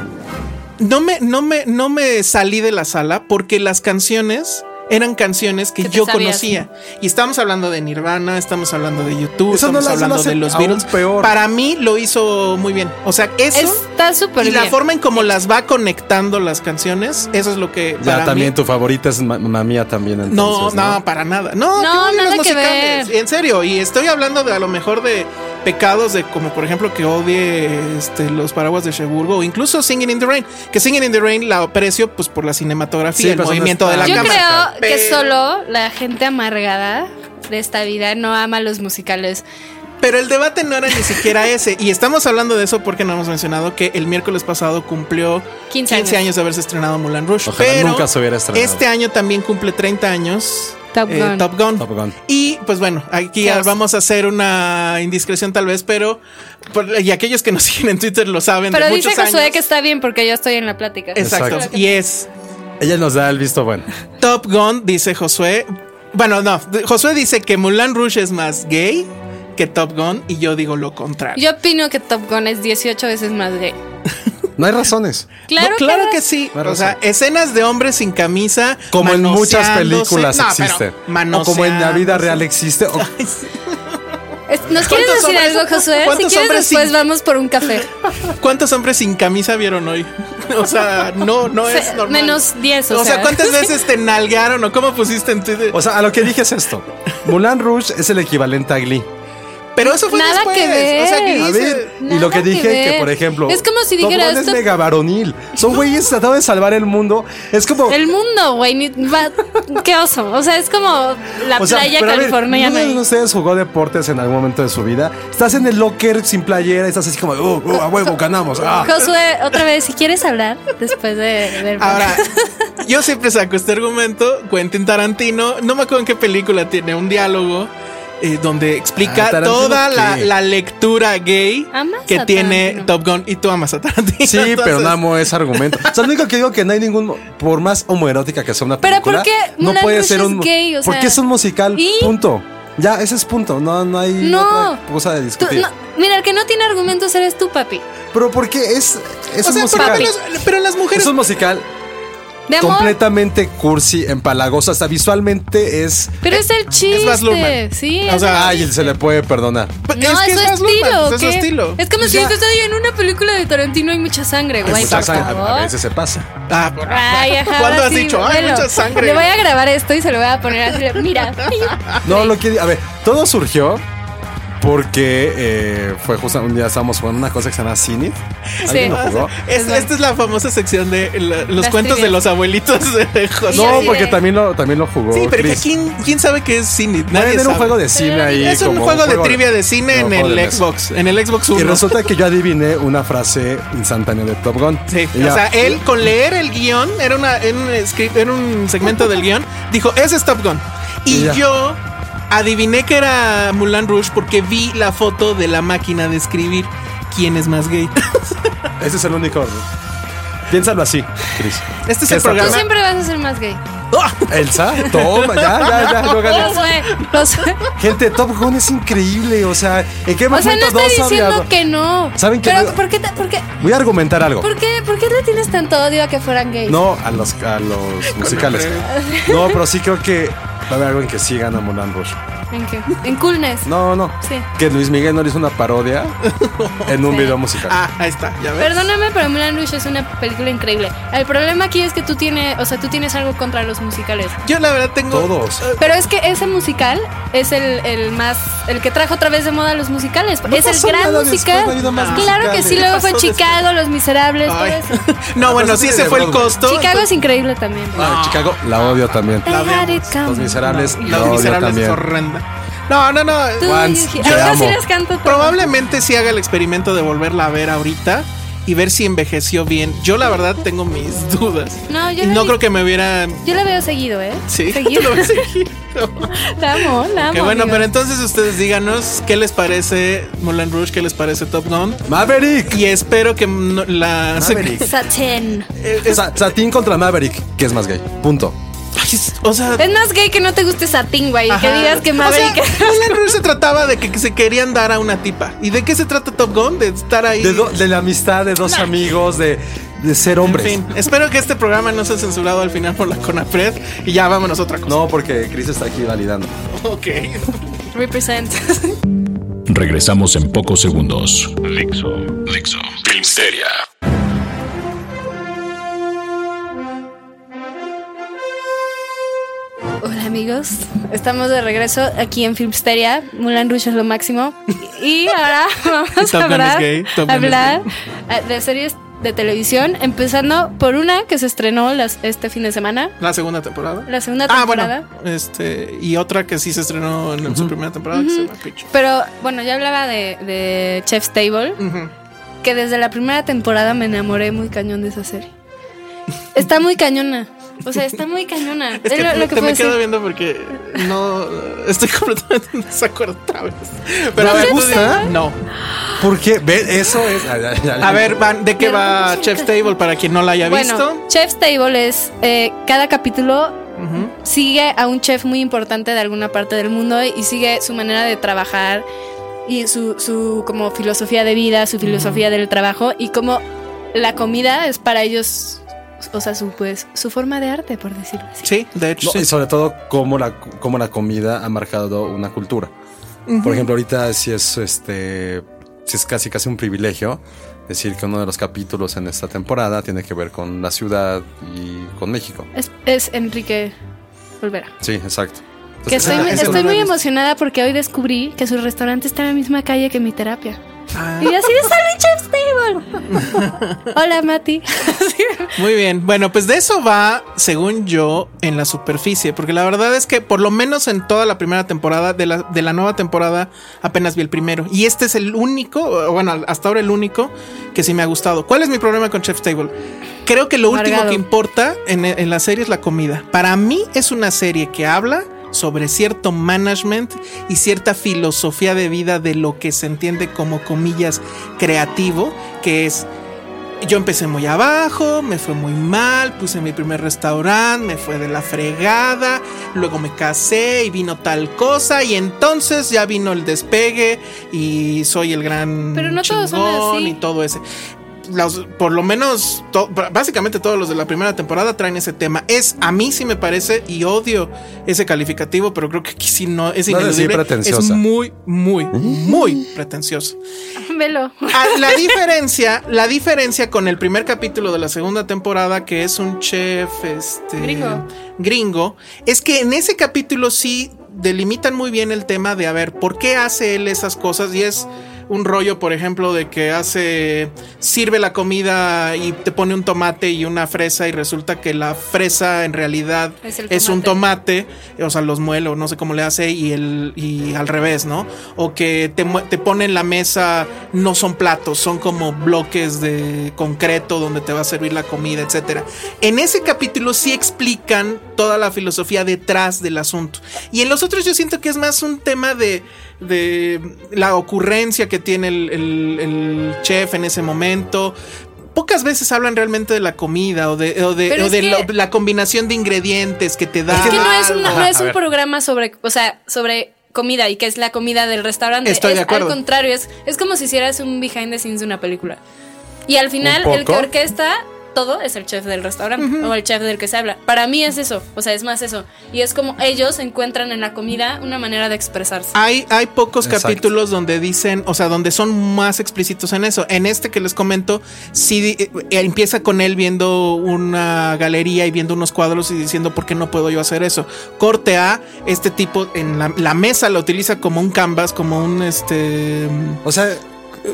[SPEAKER 3] no me, no me, no me salí de la sala porque las canciones eran canciones que,
[SPEAKER 4] Que te
[SPEAKER 3] yo
[SPEAKER 4] sabías.
[SPEAKER 3] conocía. Y estamos hablando de Nirvana, estamos hablando de YouTube,
[SPEAKER 2] Eso no
[SPEAKER 3] estamos
[SPEAKER 2] la- eso la
[SPEAKER 3] hablando
[SPEAKER 2] hace
[SPEAKER 3] de los
[SPEAKER 2] aún
[SPEAKER 3] Beatles.
[SPEAKER 2] peor.
[SPEAKER 3] Para mí lo hizo muy bien. O sea, eso
[SPEAKER 4] Está súper
[SPEAKER 3] y
[SPEAKER 4] bien.
[SPEAKER 3] la forma en cómo las va conectando las canciones, eso es lo que
[SPEAKER 2] Ya
[SPEAKER 3] para
[SPEAKER 2] también
[SPEAKER 3] mí-
[SPEAKER 2] tu favorita es ma- Mamma Mía también.
[SPEAKER 3] no,
[SPEAKER 2] Entonces,
[SPEAKER 3] no, para nada. No,
[SPEAKER 4] No,
[SPEAKER 3] qué odio
[SPEAKER 4] nada que ver.
[SPEAKER 3] En serio, y estoy hablando de a lo mejor de pecados de como por ejemplo que odie este, los paraguas de Cheburgo o incluso Singing in the Rain, que Singing in the Rain la aprecio pues por la cinematografía,
[SPEAKER 2] Sí,
[SPEAKER 3] el
[SPEAKER 2] pero son
[SPEAKER 3] movimiento de la
[SPEAKER 2] estas-
[SPEAKER 4] Yo
[SPEAKER 3] cámara.
[SPEAKER 4] creo que
[SPEAKER 3] Pero-
[SPEAKER 4] solo la gente amargada de esta vida no ama los musicales.
[SPEAKER 3] Pero el debate no era ni siquiera ese. Y estamos hablando de eso porque no hemos mencionado que el miércoles pasado cumplió
[SPEAKER 4] 15
[SPEAKER 3] 15,
[SPEAKER 4] años.
[SPEAKER 3] años de haberse estrenado Mulan Rush.
[SPEAKER 2] Ojalá
[SPEAKER 3] pero
[SPEAKER 2] nunca se hubiera estrenado.
[SPEAKER 3] Este año también cumple 30 años. eh,
[SPEAKER 4] Top Gun.
[SPEAKER 3] Top Gun.
[SPEAKER 2] Top Gun.
[SPEAKER 3] Y pues bueno, aquí
[SPEAKER 4] Qué
[SPEAKER 3] ya
[SPEAKER 4] oso.
[SPEAKER 3] vamos a hacer una indiscreción tal vez, pero por- y aquellos que nos siguen en Twitter lo saben.
[SPEAKER 4] Pero
[SPEAKER 3] de
[SPEAKER 4] dice
[SPEAKER 3] muchos
[SPEAKER 4] Josué
[SPEAKER 3] años.
[SPEAKER 4] que está bien porque yo estoy en la plática.
[SPEAKER 3] Exacto.
[SPEAKER 2] Exacto.
[SPEAKER 3] Y es
[SPEAKER 2] Ella nos da el visto bueno.
[SPEAKER 3] Top Gun, dice Josué. Bueno, no, Josué dice que Mulan Rush es más gay que Top Gun y yo digo lo contrario.
[SPEAKER 4] Yo opino que Top Gun es 18 veces más gay.
[SPEAKER 2] No hay razones.
[SPEAKER 4] Claro,
[SPEAKER 3] No,
[SPEAKER 4] que
[SPEAKER 3] claro que,
[SPEAKER 4] no.
[SPEAKER 3] sí.
[SPEAKER 2] Claro,
[SPEAKER 3] o sea,
[SPEAKER 2] sí.
[SPEAKER 3] escenas de hombres sin camisa.
[SPEAKER 2] Como en muchas
[SPEAKER 3] manoseándose.
[SPEAKER 2] películas
[SPEAKER 3] No, pero
[SPEAKER 2] existen. O
[SPEAKER 3] manoseándose.
[SPEAKER 2] como en la vida real existe. o-
[SPEAKER 4] Es- ¿Nos quieres
[SPEAKER 3] ¿Cuántos
[SPEAKER 4] decir
[SPEAKER 3] hombres-
[SPEAKER 4] algo, Josué? Si
[SPEAKER 3] cuántos
[SPEAKER 4] quieres,
[SPEAKER 3] hombres
[SPEAKER 4] después
[SPEAKER 3] sin-
[SPEAKER 4] vamos por un café.
[SPEAKER 3] ¿Cuántos hombres sin camisa vieron hoy? O sea, no, no
[SPEAKER 4] Se-
[SPEAKER 3] es normal.
[SPEAKER 4] menos 10, o
[SPEAKER 3] O, sea,
[SPEAKER 4] sea.
[SPEAKER 3] ¿cuántas veces te nalgaron o cómo pusiste en Twitter?
[SPEAKER 2] O sea, a lo que dije es esto. Mulan Rouge es el equivalente a Glee.
[SPEAKER 3] Pero eso fue
[SPEAKER 4] Nada
[SPEAKER 3] después.
[SPEAKER 4] que ver.
[SPEAKER 3] O sea, que
[SPEAKER 2] A
[SPEAKER 3] dice-
[SPEAKER 2] ver, y lo
[SPEAKER 4] Nada
[SPEAKER 2] que
[SPEAKER 4] que
[SPEAKER 2] dije que,
[SPEAKER 4] ver.
[SPEAKER 2] por ejemplo,
[SPEAKER 4] Es como si
[SPEAKER 2] Top
[SPEAKER 4] dijera
[SPEAKER 2] Gun es
[SPEAKER 4] esto-
[SPEAKER 2] mega varonil. Son güeyes tratando de salvar el mundo. Es como
[SPEAKER 4] El mundo, güey. ni- va- Qué oso. O sea, es como la
[SPEAKER 2] o sea,
[SPEAKER 4] playa
[SPEAKER 2] pero a ver,
[SPEAKER 4] californiana.
[SPEAKER 2] ¿Ninguno de ustedes jugó deportes en algún momento de su vida? Estás en el locker sin playera, estás así como, "Uh, uh, a huevo, ganamos. ah".
[SPEAKER 4] Josué, otra vez, si quieres hablar después de ver.
[SPEAKER 3] Ahora, yo siempre saco este argumento. Quentin Tarantino, no me acuerdo en qué película tiene un diálogo eh, donde
[SPEAKER 2] Ah,
[SPEAKER 3] explica
[SPEAKER 2] Tarantino,
[SPEAKER 3] toda la,
[SPEAKER 2] ¿qué?
[SPEAKER 3] la lectura gay
[SPEAKER 4] Amas
[SPEAKER 3] que
[SPEAKER 4] a
[SPEAKER 3] tiene
[SPEAKER 4] Tarantino.
[SPEAKER 3] Top Gun. Y tú amas a Tarantino.
[SPEAKER 2] Sí, pero
[SPEAKER 3] entonces-
[SPEAKER 2] no amo ese argumento. O sea, lo único que digo que no hay ningún. mo- Por más homoerótica que sea una
[SPEAKER 4] Pero
[SPEAKER 2] película.
[SPEAKER 4] ¿por qué
[SPEAKER 2] no
[SPEAKER 4] Moulin
[SPEAKER 2] puede
[SPEAKER 4] Rouge
[SPEAKER 2] ser
[SPEAKER 4] es
[SPEAKER 2] un.
[SPEAKER 4] gay? O sea,
[SPEAKER 2] porque es un musical.
[SPEAKER 4] ¿y?
[SPEAKER 2] Punto. Ya, ese es punto. No, no hay
[SPEAKER 4] No.
[SPEAKER 2] otra cosa de
[SPEAKER 4] Tú-
[SPEAKER 2] discutir.
[SPEAKER 4] no, mira, el que no tiene argumentos eres tú, papi.
[SPEAKER 2] Pero porque es. Es
[SPEAKER 3] O
[SPEAKER 2] un
[SPEAKER 3] sea, por lo
[SPEAKER 2] musical.
[SPEAKER 3] menos- pero las mujeres.
[SPEAKER 2] Es un musical
[SPEAKER 4] De amor.
[SPEAKER 2] completamente cursi, empalagoso. Hasta visualmente es.
[SPEAKER 4] pero es el chiste.
[SPEAKER 3] Baz Luhrmann.
[SPEAKER 4] sí.
[SPEAKER 3] O
[SPEAKER 4] es-
[SPEAKER 3] sea,
[SPEAKER 2] Ay, se le puede perdonar.
[SPEAKER 4] no, es, su
[SPEAKER 3] Baz Luhrmann,
[SPEAKER 4] estilo.
[SPEAKER 3] pues es su
[SPEAKER 4] ¿qué?
[SPEAKER 3] estilo.
[SPEAKER 4] Es como si yo te estoy en una película de Tarantino hay mucha sangre,
[SPEAKER 2] Hay
[SPEAKER 4] güey.
[SPEAKER 2] mucha
[SPEAKER 4] por
[SPEAKER 2] sangre,
[SPEAKER 4] favor.
[SPEAKER 2] Pues, a veces se pasa.
[SPEAKER 3] Ah, por-
[SPEAKER 4] Ay, ajá,
[SPEAKER 3] ¿Cuándo
[SPEAKER 4] ahora
[SPEAKER 3] has
[SPEAKER 4] sí,
[SPEAKER 3] dicho? Ay,
[SPEAKER 4] velo.
[SPEAKER 3] mucha sangre.
[SPEAKER 4] Le voy a grabar esto y se lo voy a poner así. Mira.
[SPEAKER 2] No, lo que. A ver, todo surgió. Porque eh, fue justo un día estábamos jugando una cosa que se llama Cine.
[SPEAKER 4] Sí.
[SPEAKER 2] lo jugó?
[SPEAKER 3] Es- esta es la famosa sección de la- los
[SPEAKER 4] Las
[SPEAKER 3] cuentos de
[SPEAKER 4] trivias.
[SPEAKER 3] los abuelitos de José.
[SPEAKER 2] No,
[SPEAKER 4] así
[SPEAKER 2] porque
[SPEAKER 4] de-
[SPEAKER 2] también lo, también lo jugó.
[SPEAKER 3] sí, pero que
[SPEAKER 2] Oh, Chris.
[SPEAKER 3] ¿quién, quién sabe qué es cine?
[SPEAKER 2] Pueden
[SPEAKER 3] Nadie
[SPEAKER 2] tener un
[SPEAKER 3] sabe.
[SPEAKER 2] juego de cine ahí.
[SPEAKER 3] Eh, Es un
[SPEAKER 2] como
[SPEAKER 3] juego, de trivia de cine
[SPEAKER 2] un
[SPEAKER 3] en
[SPEAKER 2] juego de
[SPEAKER 3] el
[SPEAKER 2] mesa.
[SPEAKER 3] Xbox, en el Xbox
[SPEAKER 2] Y
[SPEAKER 3] 1.
[SPEAKER 2] resulta que yo adiviné una frase instantánea de Top Gun.
[SPEAKER 3] Sí,
[SPEAKER 2] Y ya.
[SPEAKER 3] o sea, él con leer el guión, era, una, era un, script, era un segmento del guión, dijo, ese es Top Gun.
[SPEAKER 2] Y
[SPEAKER 3] Y
[SPEAKER 2] ya.
[SPEAKER 3] yo adiviné que era Mulan Rouge porque vi la foto de la máquina de escribir quién es más gay.
[SPEAKER 2] Ese es el único. Piénsalo así, Chris.
[SPEAKER 3] Este es
[SPEAKER 2] ¿Qué está
[SPEAKER 3] el
[SPEAKER 4] Tú
[SPEAKER 3] programa.
[SPEAKER 4] siempre vas a ser más gay.
[SPEAKER 2] Elsa, toma, ya, ya, ya. yo gané.
[SPEAKER 4] Josué, Josué.
[SPEAKER 2] Gente, Top Gun es increíble. O sea, ¿en qué
[SPEAKER 4] O
[SPEAKER 2] momento
[SPEAKER 4] sea, no
[SPEAKER 2] dos
[SPEAKER 4] estoy diciendo
[SPEAKER 2] había-
[SPEAKER 4] que no.
[SPEAKER 2] ¿Saben qué?
[SPEAKER 4] Pero, ¿por qué, te- por, qué,
[SPEAKER 2] Voy a argumentar algo.
[SPEAKER 4] por, qué, ¿por qué le tienes tanto odio a que fueran gays?
[SPEAKER 2] No a los, a los musicales. No, pero sí creo que va a haber algo en que sí gana Moulin Rouge.
[SPEAKER 4] ¿En qué? En coolness.
[SPEAKER 2] No, no.
[SPEAKER 4] Sí.
[SPEAKER 2] Que Luis Miguel no le hizo una parodia en un
[SPEAKER 4] Sí.
[SPEAKER 2] video musical.
[SPEAKER 3] Ah, ahí está, ya ves.
[SPEAKER 4] Perdóname, pero Mulan Rouge es una película increíble. El problema aquí es que tú tienes, o sea, tú tienes algo contra los musicales.
[SPEAKER 3] Yo la verdad tengo...
[SPEAKER 2] Todos.
[SPEAKER 4] Pero es que ese musical es el, el más, el que trajo otra vez de moda los musicales. es el
[SPEAKER 2] pasó
[SPEAKER 4] gran
[SPEAKER 2] nada después,
[SPEAKER 4] musical.
[SPEAKER 2] no ha habido más
[SPEAKER 4] claro que
[SPEAKER 2] musicales.
[SPEAKER 4] sí, luego
[SPEAKER 3] ¿Qué
[SPEAKER 4] fue
[SPEAKER 3] pasó
[SPEAKER 4] Chicago, Los Miserables, todo
[SPEAKER 3] Ay.
[SPEAKER 4] eso.
[SPEAKER 3] No, bueno,
[SPEAKER 2] pues,
[SPEAKER 3] sí,
[SPEAKER 2] es
[SPEAKER 3] ese
[SPEAKER 2] de
[SPEAKER 3] fue el
[SPEAKER 2] Broadway.
[SPEAKER 3] costo.
[SPEAKER 4] Chicago es increíble también.
[SPEAKER 2] Ah, Chicago la odio también.
[SPEAKER 4] I had it coming.
[SPEAKER 2] Los Miserables,
[SPEAKER 3] Los
[SPEAKER 2] la odio
[SPEAKER 3] miserables
[SPEAKER 2] también.
[SPEAKER 3] es horrenda. No, no, no.
[SPEAKER 4] Tú,
[SPEAKER 2] Once,
[SPEAKER 4] Yuji,
[SPEAKER 2] te
[SPEAKER 4] ahora sí
[SPEAKER 2] amo.
[SPEAKER 4] les canto todas.
[SPEAKER 3] Probablemente sí haga el experimento de volverla a ver ahorita y ver si envejeció bien. Yo la verdad tengo mis dudas.
[SPEAKER 4] No, yo
[SPEAKER 3] y
[SPEAKER 4] la
[SPEAKER 3] no
[SPEAKER 4] vi-
[SPEAKER 3] creo que me hubiera...
[SPEAKER 4] Yo la veo seguido, ¿eh?
[SPEAKER 3] Sí,
[SPEAKER 4] Seguido.
[SPEAKER 3] lo hubiera seguido.
[SPEAKER 4] La amo, la amo.
[SPEAKER 3] Que bueno,
[SPEAKER 4] amigo.
[SPEAKER 3] pero entonces ustedes díganos qué les parece Moulin Rouge, qué les parece Top Gun.
[SPEAKER 2] Maverick.
[SPEAKER 3] Y espero que no- la...
[SPEAKER 2] Maverick.
[SPEAKER 4] Satén.
[SPEAKER 3] Eh, es-
[SPEAKER 2] Sa- Satín contra Maverick, que es más gay. Punto.
[SPEAKER 3] ay, es- o sea...
[SPEAKER 4] Es más gay que no te guste Satín, güey. Que
[SPEAKER 3] Ajá.
[SPEAKER 4] digas que
[SPEAKER 3] O
[SPEAKER 4] Maverick.
[SPEAKER 3] sea, Moulin Rouge se trataba de que se querían dar a una tipa. ¿Y de qué se trata Top Gun? De estar ahí.
[SPEAKER 2] De, do- de la amistad de dos amigos, de, de ser
[SPEAKER 3] en
[SPEAKER 2] hombres.
[SPEAKER 3] fin, espero que este programa no sea censurado al final por la Conapred y ya vámonos a otra cosa.
[SPEAKER 2] No, porque Chris está aquí validando.
[SPEAKER 3] Ok.
[SPEAKER 4] Represent.
[SPEAKER 1] Regresamos en pocos segundos. Dixo, Dixo, Filmsteria.
[SPEAKER 4] Hola, amigos. Estamos de regreso aquí en Filmsteria. Mulan Rouge es lo máximo. Y ahora vamos
[SPEAKER 3] Top
[SPEAKER 4] a
[SPEAKER 3] Gun es
[SPEAKER 4] hablar,
[SPEAKER 3] gay, Top Gun es
[SPEAKER 4] hablar, eh, de series de televisión. Empezando por una que se estrenó las- este fin de semana.
[SPEAKER 3] La segunda temporada.
[SPEAKER 4] La segunda
[SPEAKER 3] Ah,
[SPEAKER 4] temporada.
[SPEAKER 3] bueno. Este, y otra que sí se estrenó en su primera temporada, que se llama Pitch.
[SPEAKER 4] Pero bueno, ya hablaba de, de Chef's Table.
[SPEAKER 3] Ujú.
[SPEAKER 4] que desde la primera temporada me enamoré muy cañón de esa serie. Está muy cañona. O sea, está muy cañona.
[SPEAKER 3] Es
[SPEAKER 4] Es
[SPEAKER 3] que
[SPEAKER 4] lo, lo
[SPEAKER 3] te
[SPEAKER 4] que
[SPEAKER 3] me
[SPEAKER 4] puedo
[SPEAKER 3] quedo
[SPEAKER 4] decir.
[SPEAKER 3] viendo porque no estoy completamente en desacuerdo otra vez. Pero
[SPEAKER 2] ¿No
[SPEAKER 3] a
[SPEAKER 2] te
[SPEAKER 3] ver, tú
[SPEAKER 2] gusta?
[SPEAKER 3] di- No.
[SPEAKER 2] ¿Por qué? Ve, Eso es. ay, ay, ay.
[SPEAKER 3] A ver, Van, ¿de qué
[SPEAKER 4] Pero
[SPEAKER 3] va
[SPEAKER 4] no sé.
[SPEAKER 3] Chef's Table para quien no la haya
[SPEAKER 4] Bueno,
[SPEAKER 3] visto?
[SPEAKER 4] Chef's Table es eh, cada capítulo
[SPEAKER 3] Ujú.
[SPEAKER 4] sigue a un chef muy importante de alguna parte del mundo y sigue su manera de trabajar y su, su como filosofía de vida, su filosofía del trabajo y como la comida es para ellos, o sea, su pues su forma de arte, por decirlo así.
[SPEAKER 3] Sí, de hecho.
[SPEAKER 2] No,
[SPEAKER 3] sí.
[SPEAKER 2] Y sobre todo, cómo la, cómo la comida ha marcado una cultura. Por ejemplo, ahorita si es este. Si es casi casi un privilegio decir que uno de los capítulos en esta temporada tiene que ver con la ciudad y con México.
[SPEAKER 4] Es, es Enrique Olvera.
[SPEAKER 2] Sí, exacto.
[SPEAKER 4] Que
[SPEAKER 2] Entonces,
[SPEAKER 4] estoy,
[SPEAKER 2] esa- esa-
[SPEAKER 4] estoy muy emocionada porque hoy descubrí que su restaurante está en la misma calle que mi terapia.
[SPEAKER 3] Ah.
[SPEAKER 4] Y yo así de Sandwich Stable. Hola, Mati.
[SPEAKER 3] Muy bien. Bueno, pues de eso va, según yo, en la superficie. Porque la verdad es que, por lo menos en toda la primera temporada, de la, de la nueva temporada, apenas vi el primero. Y este es el único, o bueno, hasta ahora el único que sí me ha gustado. ¿Cuál es mi problema con Chef's Table? Creo que lo último
[SPEAKER 4] Amargado.
[SPEAKER 3] que importa en, en la serie es la comida. Para mí es una serie que habla sobre cierto management y cierta filosofía de vida de lo que se entiende como comillas creativo, que es yo empecé muy abajo, me fue muy mal, puse mi primer restaurante, me fue de la fregada, luego me casé y vino tal cosa y entonces ya vino el despegue y soy el gran
[SPEAKER 4] Pero no todos son
[SPEAKER 3] chingón
[SPEAKER 4] así.
[SPEAKER 3] y todo ese. Los- por lo menos, to- básicamente todos los de la primera temporada traen ese tema. Es a mí sí me parece y odio ese calificativo, pero creo que aquí sí no es
[SPEAKER 2] No decir
[SPEAKER 3] ineludible. es
[SPEAKER 2] pretenciosa. ¿Eh?
[SPEAKER 3] muy, muy, muy pretencioso.
[SPEAKER 4] Velo.
[SPEAKER 3] Ah, la diferencia, la diferencia con el primer capítulo de la segunda temporada, que es un chef este,
[SPEAKER 4] Gringo.
[SPEAKER 3] gringo, es que en ese capítulo sí delimitan muy bien el tema de a ver por qué hace él esas cosas y es un rollo, por ejemplo, de que hace sirve la comida y te pone un tomate y una fresa y resulta que la fresa en realidad
[SPEAKER 4] Es el
[SPEAKER 3] es un
[SPEAKER 4] tomate.
[SPEAKER 3] tomate mate, o sea, los muele o no sé cómo le hace y el y al revés, ¿no? O que te, mue- te pone en la mesa, no son platos, son como bloques de concreto donde te va a servir la comida, etcétera. En ese capítulo sí explican toda la filosofía detrás del asunto. Y en los otros yo siento que es más un tema de, de la ocurrencia que tiene el- el- el chef en ese momento. Pocas veces hablan realmente de la comida o de, o de-
[SPEAKER 4] Pero
[SPEAKER 3] o
[SPEAKER 4] es
[SPEAKER 3] de
[SPEAKER 4] que-
[SPEAKER 3] lo- la combinación de ingredientes que te da.
[SPEAKER 4] Es que no es, una-
[SPEAKER 3] algo.
[SPEAKER 4] no es
[SPEAKER 2] Ah, a
[SPEAKER 4] un
[SPEAKER 2] ver.
[SPEAKER 4] programa sobre, o sea, sobre comida y que es la comida del restaurante.
[SPEAKER 3] Estoy
[SPEAKER 4] es,
[SPEAKER 3] de acuerdo.
[SPEAKER 4] Al contrario, es, es como si hicieras un behind the scenes de una película. Y al final,
[SPEAKER 2] ¿Un
[SPEAKER 4] el que
[SPEAKER 2] poco?
[SPEAKER 4] orquesta todo es el chef del restaurante o el chef del que se habla. Para mí es eso, o sea, es más eso. Y es como ellos encuentran en la comida una manera de expresarse.
[SPEAKER 2] Ah,
[SPEAKER 3] Hay, hay pocos
[SPEAKER 2] Exacto.
[SPEAKER 3] capítulos donde dicen, o sea, donde son más explícitos en eso. En este que les comento, sí eh, eh, empieza con él viendo una galería y viendo unos cuadros y diciendo, ¿por qué no puedo yo hacer eso? Corte A, este tipo en la, la mesa la utiliza como un canvas, como un este.
[SPEAKER 2] O sea,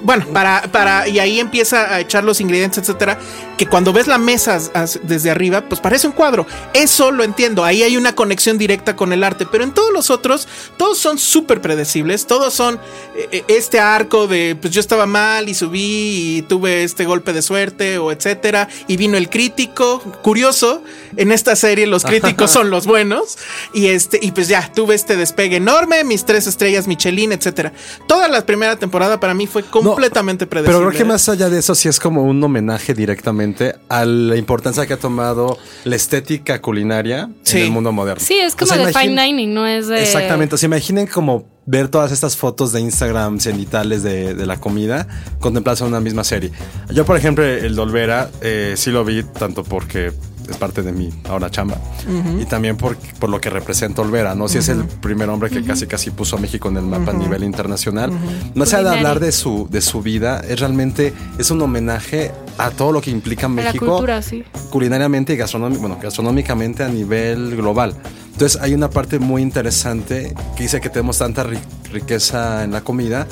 [SPEAKER 3] Bueno, para, para, y ahí empieza a echar los ingredientes, etcétera. Que cuando ves la mesa as- desde arriba, pues parece un cuadro. Eso lo entiendo. Ahí hay una conexión directa con el arte. Pero en todos los otros, todos son súper predecibles. Todos son eh, eh, este arco de pues yo estaba mal y subí y tuve este golpe de suerte, o etcétera. Y vino el crítico. Curioso, en esta serie los críticos son los buenos. Y este, y pues ya tuve este despegue enorme, mis tres estrellas Michelin, etcétera. Toda la primera temporada para mí fue
[SPEAKER 2] No,
[SPEAKER 3] completamente predecible.
[SPEAKER 2] Pero creo que más allá de eso, sí es como un homenaje directamente a la importancia que ha tomado la estética culinaria
[SPEAKER 3] Sí.
[SPEAKER 2] en el mundo moderno.
[SPEAKER 4] Sí, es como
[SPEAKER 2] O sea,
[SPEAKER 4] de
[SPEAKER 2] imagin-
[SPEAKER 4] fine dining, no es de...
[SPEAKER 2] Exactamente. O sea, imaginen como ver todas estas fotos de Instagram cenitales de, de la comida contempladas en una misma serie. Yo, por ejemplo, el Dolvera eh, sí lo vi tanto porque es parte de mi ahora chamba y también por, por lo que representa Olvera, ¿no? Si es el primer hombre que casi casi puso a México en el mapa a nivel internacional. Más allá de
[SPEAKER 4] Culinaria.
[SPEAKER 2] hablar de su, de su vida, es realmente es un homenaje a todo lo que implica
[SPEAKER 4] de la
[SPEAKER 2] México
[SPEAKER 4] cultura, sí.
[SPEAKER 2] culinariamente y gastronomi- bueno, gastronómicamente a nivel global. Entonces hay una parte muy interesante que dice que tenemos tanta ri- riqueza en la comida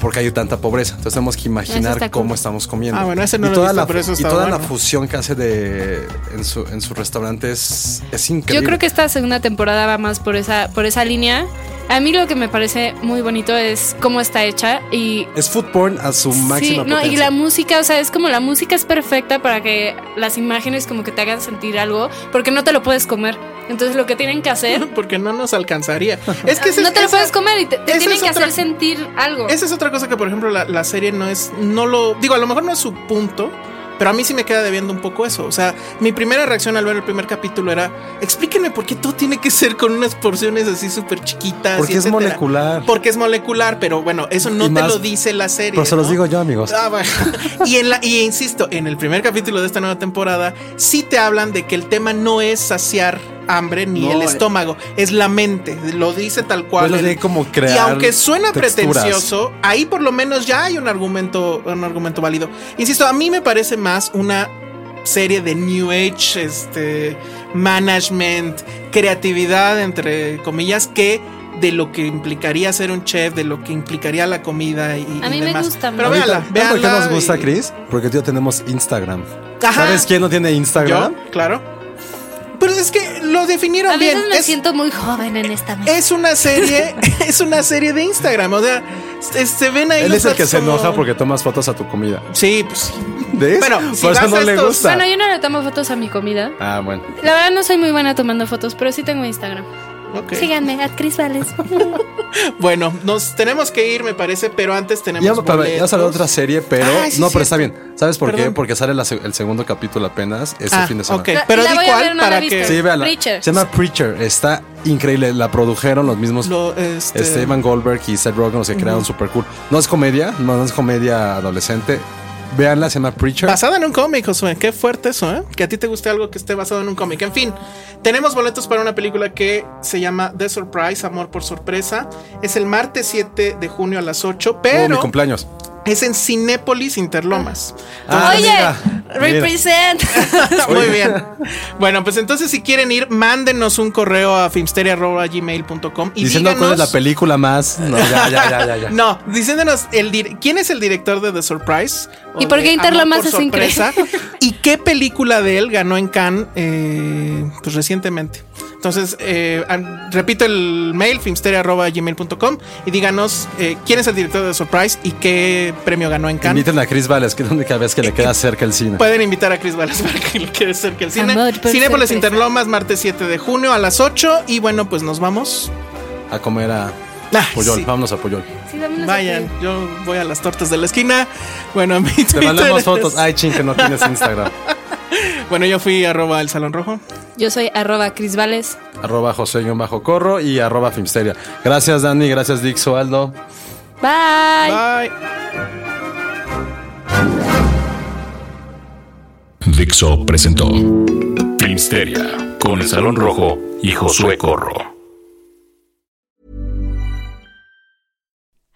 [SPEAKER 2] porque hay tanta pobreza. Entonces tenemos que imaginar
[SPEAKER 4] Eso está
[SPEAKER 2] cómo
[SPEAKER 4] cool.
[SPEAKER 2] estamos comiendo.
[SPEAKER 3] Ah, bueno, ese no
[SPEAKER 2] y
[SPEAKER 3] lo he
[SPEAKER 2] toda
[SPEAKER 3] visto,
[SPEAKER 2] la,
[SPEAKER 3] pero eso
[SPEAKER 2] y
[SPEAKER 3] está
[SPEAKER 2] toda la
[SPEAKER 3] bueno.
[SPEAKER 2] fusión que hace de en su, en su restaurante es, es increíble.
[SPEAKER 4] Yo creo que esta segunda temporada va más por esa, por esa línea. A mí lo que me parece muy bonito es cómo está hecha y
[SPEAKER 2] es food porn a su máxima
[SPEAKER 4] no, y
[SPEAKER 2] potencia.
[SPEAKER 4] la música, o sea, es como la música es perfecta para que las imágenes como que te hagan sentir algo, porque no te lo puedes comer. Entonces lo que tienen que
[SPEAKER 2] ¿eh?
[SPEAKER 4] hacer,
[SPEAKER 3] porque no nos alcanzaría. Es que ese-
[SPEAKER 4] no te lo
[SPEAKER 3] esa-
[SPEAKER 4] puedes comer y te, te
[SPEAKER 3] esa
[SPEAKER 4] tienen
[SPEAKER 3] es
[SPEAKER 4] que
[SPEAKER 3] otra-
[SPEAKER 4] hacer sentir algo.
[SPEAKER 3] Esa es otra cosa que, por ejemplo, la, la serie no es, no lo, digo, a lo mejor no es su punto, pero a mí sí me queda debiendo un poco eso. O sea, mi primera reacción al ver el primer capítulo era, explíquenme por qué todo tiene que ser con unas porciones así súper chiquitas. y
[SPEAKER 2] porque es
[SPEAKER 3] etcétera".
[SPEAKER 2] molecular.
[SPEAKER 3] Porque es molecular, pero bueno, eso no
[SPEAKER 2] Y
[SPEAKER 3] te
[SPEAKER 2] más-
[SPEAKER 3] lo dice la serie.
[SPEAKER 2] Pero se los
[SPEAKER 3] ¿no?
[SPEAKER 2] digo yo, amigos.
[SPEAKER 3] Ah, bueno. y, en la, y insisto, en el primer capítulo de esta nueva temporada, sí te hablan de que el tema no es saciar hambre ni
[SPEAKER 2] No,
[SPEAKER 3] el
[SPEAKER 2] eh.
[SPEAKER 3] estómago, es la mente, lo dice tal cual.
[SPEAKER 2] Pues lo
[SPEAKER 3] el-
[SPEAKER 2] de como
[SPEAKER 3] y
[SPEAKER 2] crear
[SPEAKER 3] aunque suena
[SPEAKER 2] texturas.
[SPEAKER 3] pretencioso, ahí por lo menos ya hay un argumento, un argumento válido. Insisto, a mí me parece más una serie de New Age, este, management, creatividad, entre comillas, que de lo que implicaría ser un chef, de lo que implicaría la comida y,
[SPEAKER 4] A
[SPEAKER 3] y
[SPEAKER 4] mí me
[SPEAKER 3] demás.
[SPEAKER 4] gusta
[SPEAKER 3] Pero
[SPEAKER 4] mucho.
[SPEAKER 3] véala,
[SPEAKER 2] ¿Sabes por qué
[SPEAKER 3] véala
[SPEAKER 2] nos gusta,
[SPEAKER 3] y-
[SPEAKER 2] Chris? Porque tú y yo tenemos Instagram.
[SPEAKER 3] Ajá.
[SPEAKER 2] ¿Sabes quién no tiene Instagram?
[SPEAKER 3] Yo, claro. Pero es que lo definieron
[SPEAKER 4] A
[SPEAKER 3] bien.
[SPEAKER 4] veces me
[SPEAKER 3] es,
[SPEAKER 4] siento muy joven en esta mesa.
[SPEAKER 3] es una serie, es una serie de Instagram. O sea, se ven ahí
[SPEAKER 2] Él
[SPEAKER 3] los
[SPEAKER 2] es el que
[SPEAKER 3] datos
[SPEAKER 2] se
[SPEAKER 3] como-
[SPEAKER 2] enoja porque tomas fotos a tu comida.
[SPEAKER 3] Sí, pues.
[SPEAKER 2] ¿Ves?
[SPEAKER 3] Bueno,
[SPEAKER 2] por
[SPEAKER 3] si vas
[SPEAKER 2] eso no
[SPEAKER 3] a
[SPEAKER 2] le
[SPEAKER 3] estos-
[SPEAKER 2] gusta.
[SPEAKER 4] Bueno, yo no le tomo fotos a mi comida.
[SPEAKER 2] Ah, bueno.
[SPEAKER 4] La verdad no soy muy buena tomando fotos, pero sí tengo Instagram.
[SPEAKER 3] ok.
[SPEAKER 4] Síganme, a Cris Vales.
[SPEAKER 3] Bueno, nos tenemos que ir, me parece, pero antes tenemos.
[SPEAKER 2] Ya para- ya
[SPEAKER 3] boletos.
[SPEAKER 2] salió otra serie, pero
[SPEAKER 3] Ay, sí,
[SPEAKER 2] no, pero
[SPEAKER 3] cierto.
[SPEAKER 2] está bien. ¿Sabes por qué?
[SPEAKER 3] Perdón.
[SPEAKER 2] Porque sale la se- el segundo capítulo apenas este
[SPEAKER 3] Ah,
[SPEAKER 2] fin de semana.
[SPEAKER 3] ok. pero
[SPEAKER 4] la
[SPEAKER 3] di
[SPEAKER 4] voy a
[SPEAKER 3] cuál
[SPEAKER 4] ver, no
[SPEAKER 3] para
[SPEAKER 4] la he
[SPEAKER 3] que-
[SPEAKER 4] visto.
[SPEAKER 2] Sí, véala.
[SPEAKER 4] Preacher.
[SPEAKER 2] Se llama Preacher. Está increíble. La produjeron los mismos
[SPEAKER 3] Lo, este,
[SPEAKER 2] Steven Goldberg y Seth Rogen, los que crearon super cool. No es comedia, no, no es comedia adolescente. Veanla, se llama Preacher.
[SPEAKER 3] Basada en un cómic, Josué. Qué fuerte eso, ¿eh? Que a ti te guste algo que esté basado en un cómic. En fin, tenemos boletos para una película que se llama The Surprise, Amor por Sorpresa. Es el martes 7 de junio a las 8,
[SPEAKER 2] Como Oh, mi
[SPEAKER 3] pero
[SPEAKER 2] cumpleaños.
[SPEAKER 3] es en Cinépolis Interlomas.
[SPEAKER 2] Ah,
[SPEAKER 4] Oye,
[SPEAKER 2] mira, mira.
[SPEAKER 4] represent.
[SPEAKER 3] Muy bien. Bueno, pues entonces si quieren ir, mándenos un correo a filmsteria.gmail.com y
[SPEAKER 2] Diciendo cuál es la
[SPEAKER 3] díganos-
[SPEAKER 2] película más. No, ya, ya, ya, ya, ya.
[SPEAKER 3] No, diciéndonos el dir- quién es el director de The Surprise.
[SPEAKER 4] ¿Y
[SPEAKER 3] O
[SPEAKER 4] por
[SPEAKER 3] de
[SPEAKER 4] qué Interlomas
[SPEAKER 3] Amor por
[SPEAKER 4] es increíble?
[SPEAKER 3] Sorpresa, ¿Y qué película de él ganó en Cannes eh, pues, recientemente? Entonces, eh, an- repito el mail, filmsteria.gmail.com y díganos eh, quién es el director de The Surprise y qué premio ganó en Cannes.
[SPEAKER 2] Inviten a Chris Valles, que es la única vez que le queda cerca el cine.
[SPEAKER 3] Pueden invitar a Chris Wallace para que le quede cerca el cine.
[SPEAKER 4] Amor por
[SPEAKER 3] Cinépolis
[SPEAKER 4] sorpresa.
[SPEAKER 3] Interlomas, martes 7 de junio a las 8. Y bueno, pues nos vamos.
[SPEAKER 2] A comer a
[SPEAKER 3] Ah,
[SPEAKER 2] Puyol.
[SPEAKER 3] sí.
[SPEAKER 2] Vámonos a Puyol.
[SPEAKER 4] Sí, vámonos
[SPEAKER 3] Vayan,
[SPEAKER 4] aquí.
[SPEAKER 3] yo voy a las tortas de la esquina. Bueno, a mí
[SPEAKER 2] Te mandamos fotos. Ay, ching, que no tienes Instagram.
[SPEAKER 3] Bueno, yo fui arroba el Salón Rojo.
[SPEAKER 4] Yo soy arroba Cris Vales.
[SPEAKER 2] arroba José-Corro y arroba Filmsteria. Gracias, Dani. Gracias, Dixo Aldo.
[SPEAKER 4] Bye.
[SPEAKER 3] Bye.
[SPEAKER 1] Dixo presentó Filmsteria con el Salón Rojo y Josué Corro.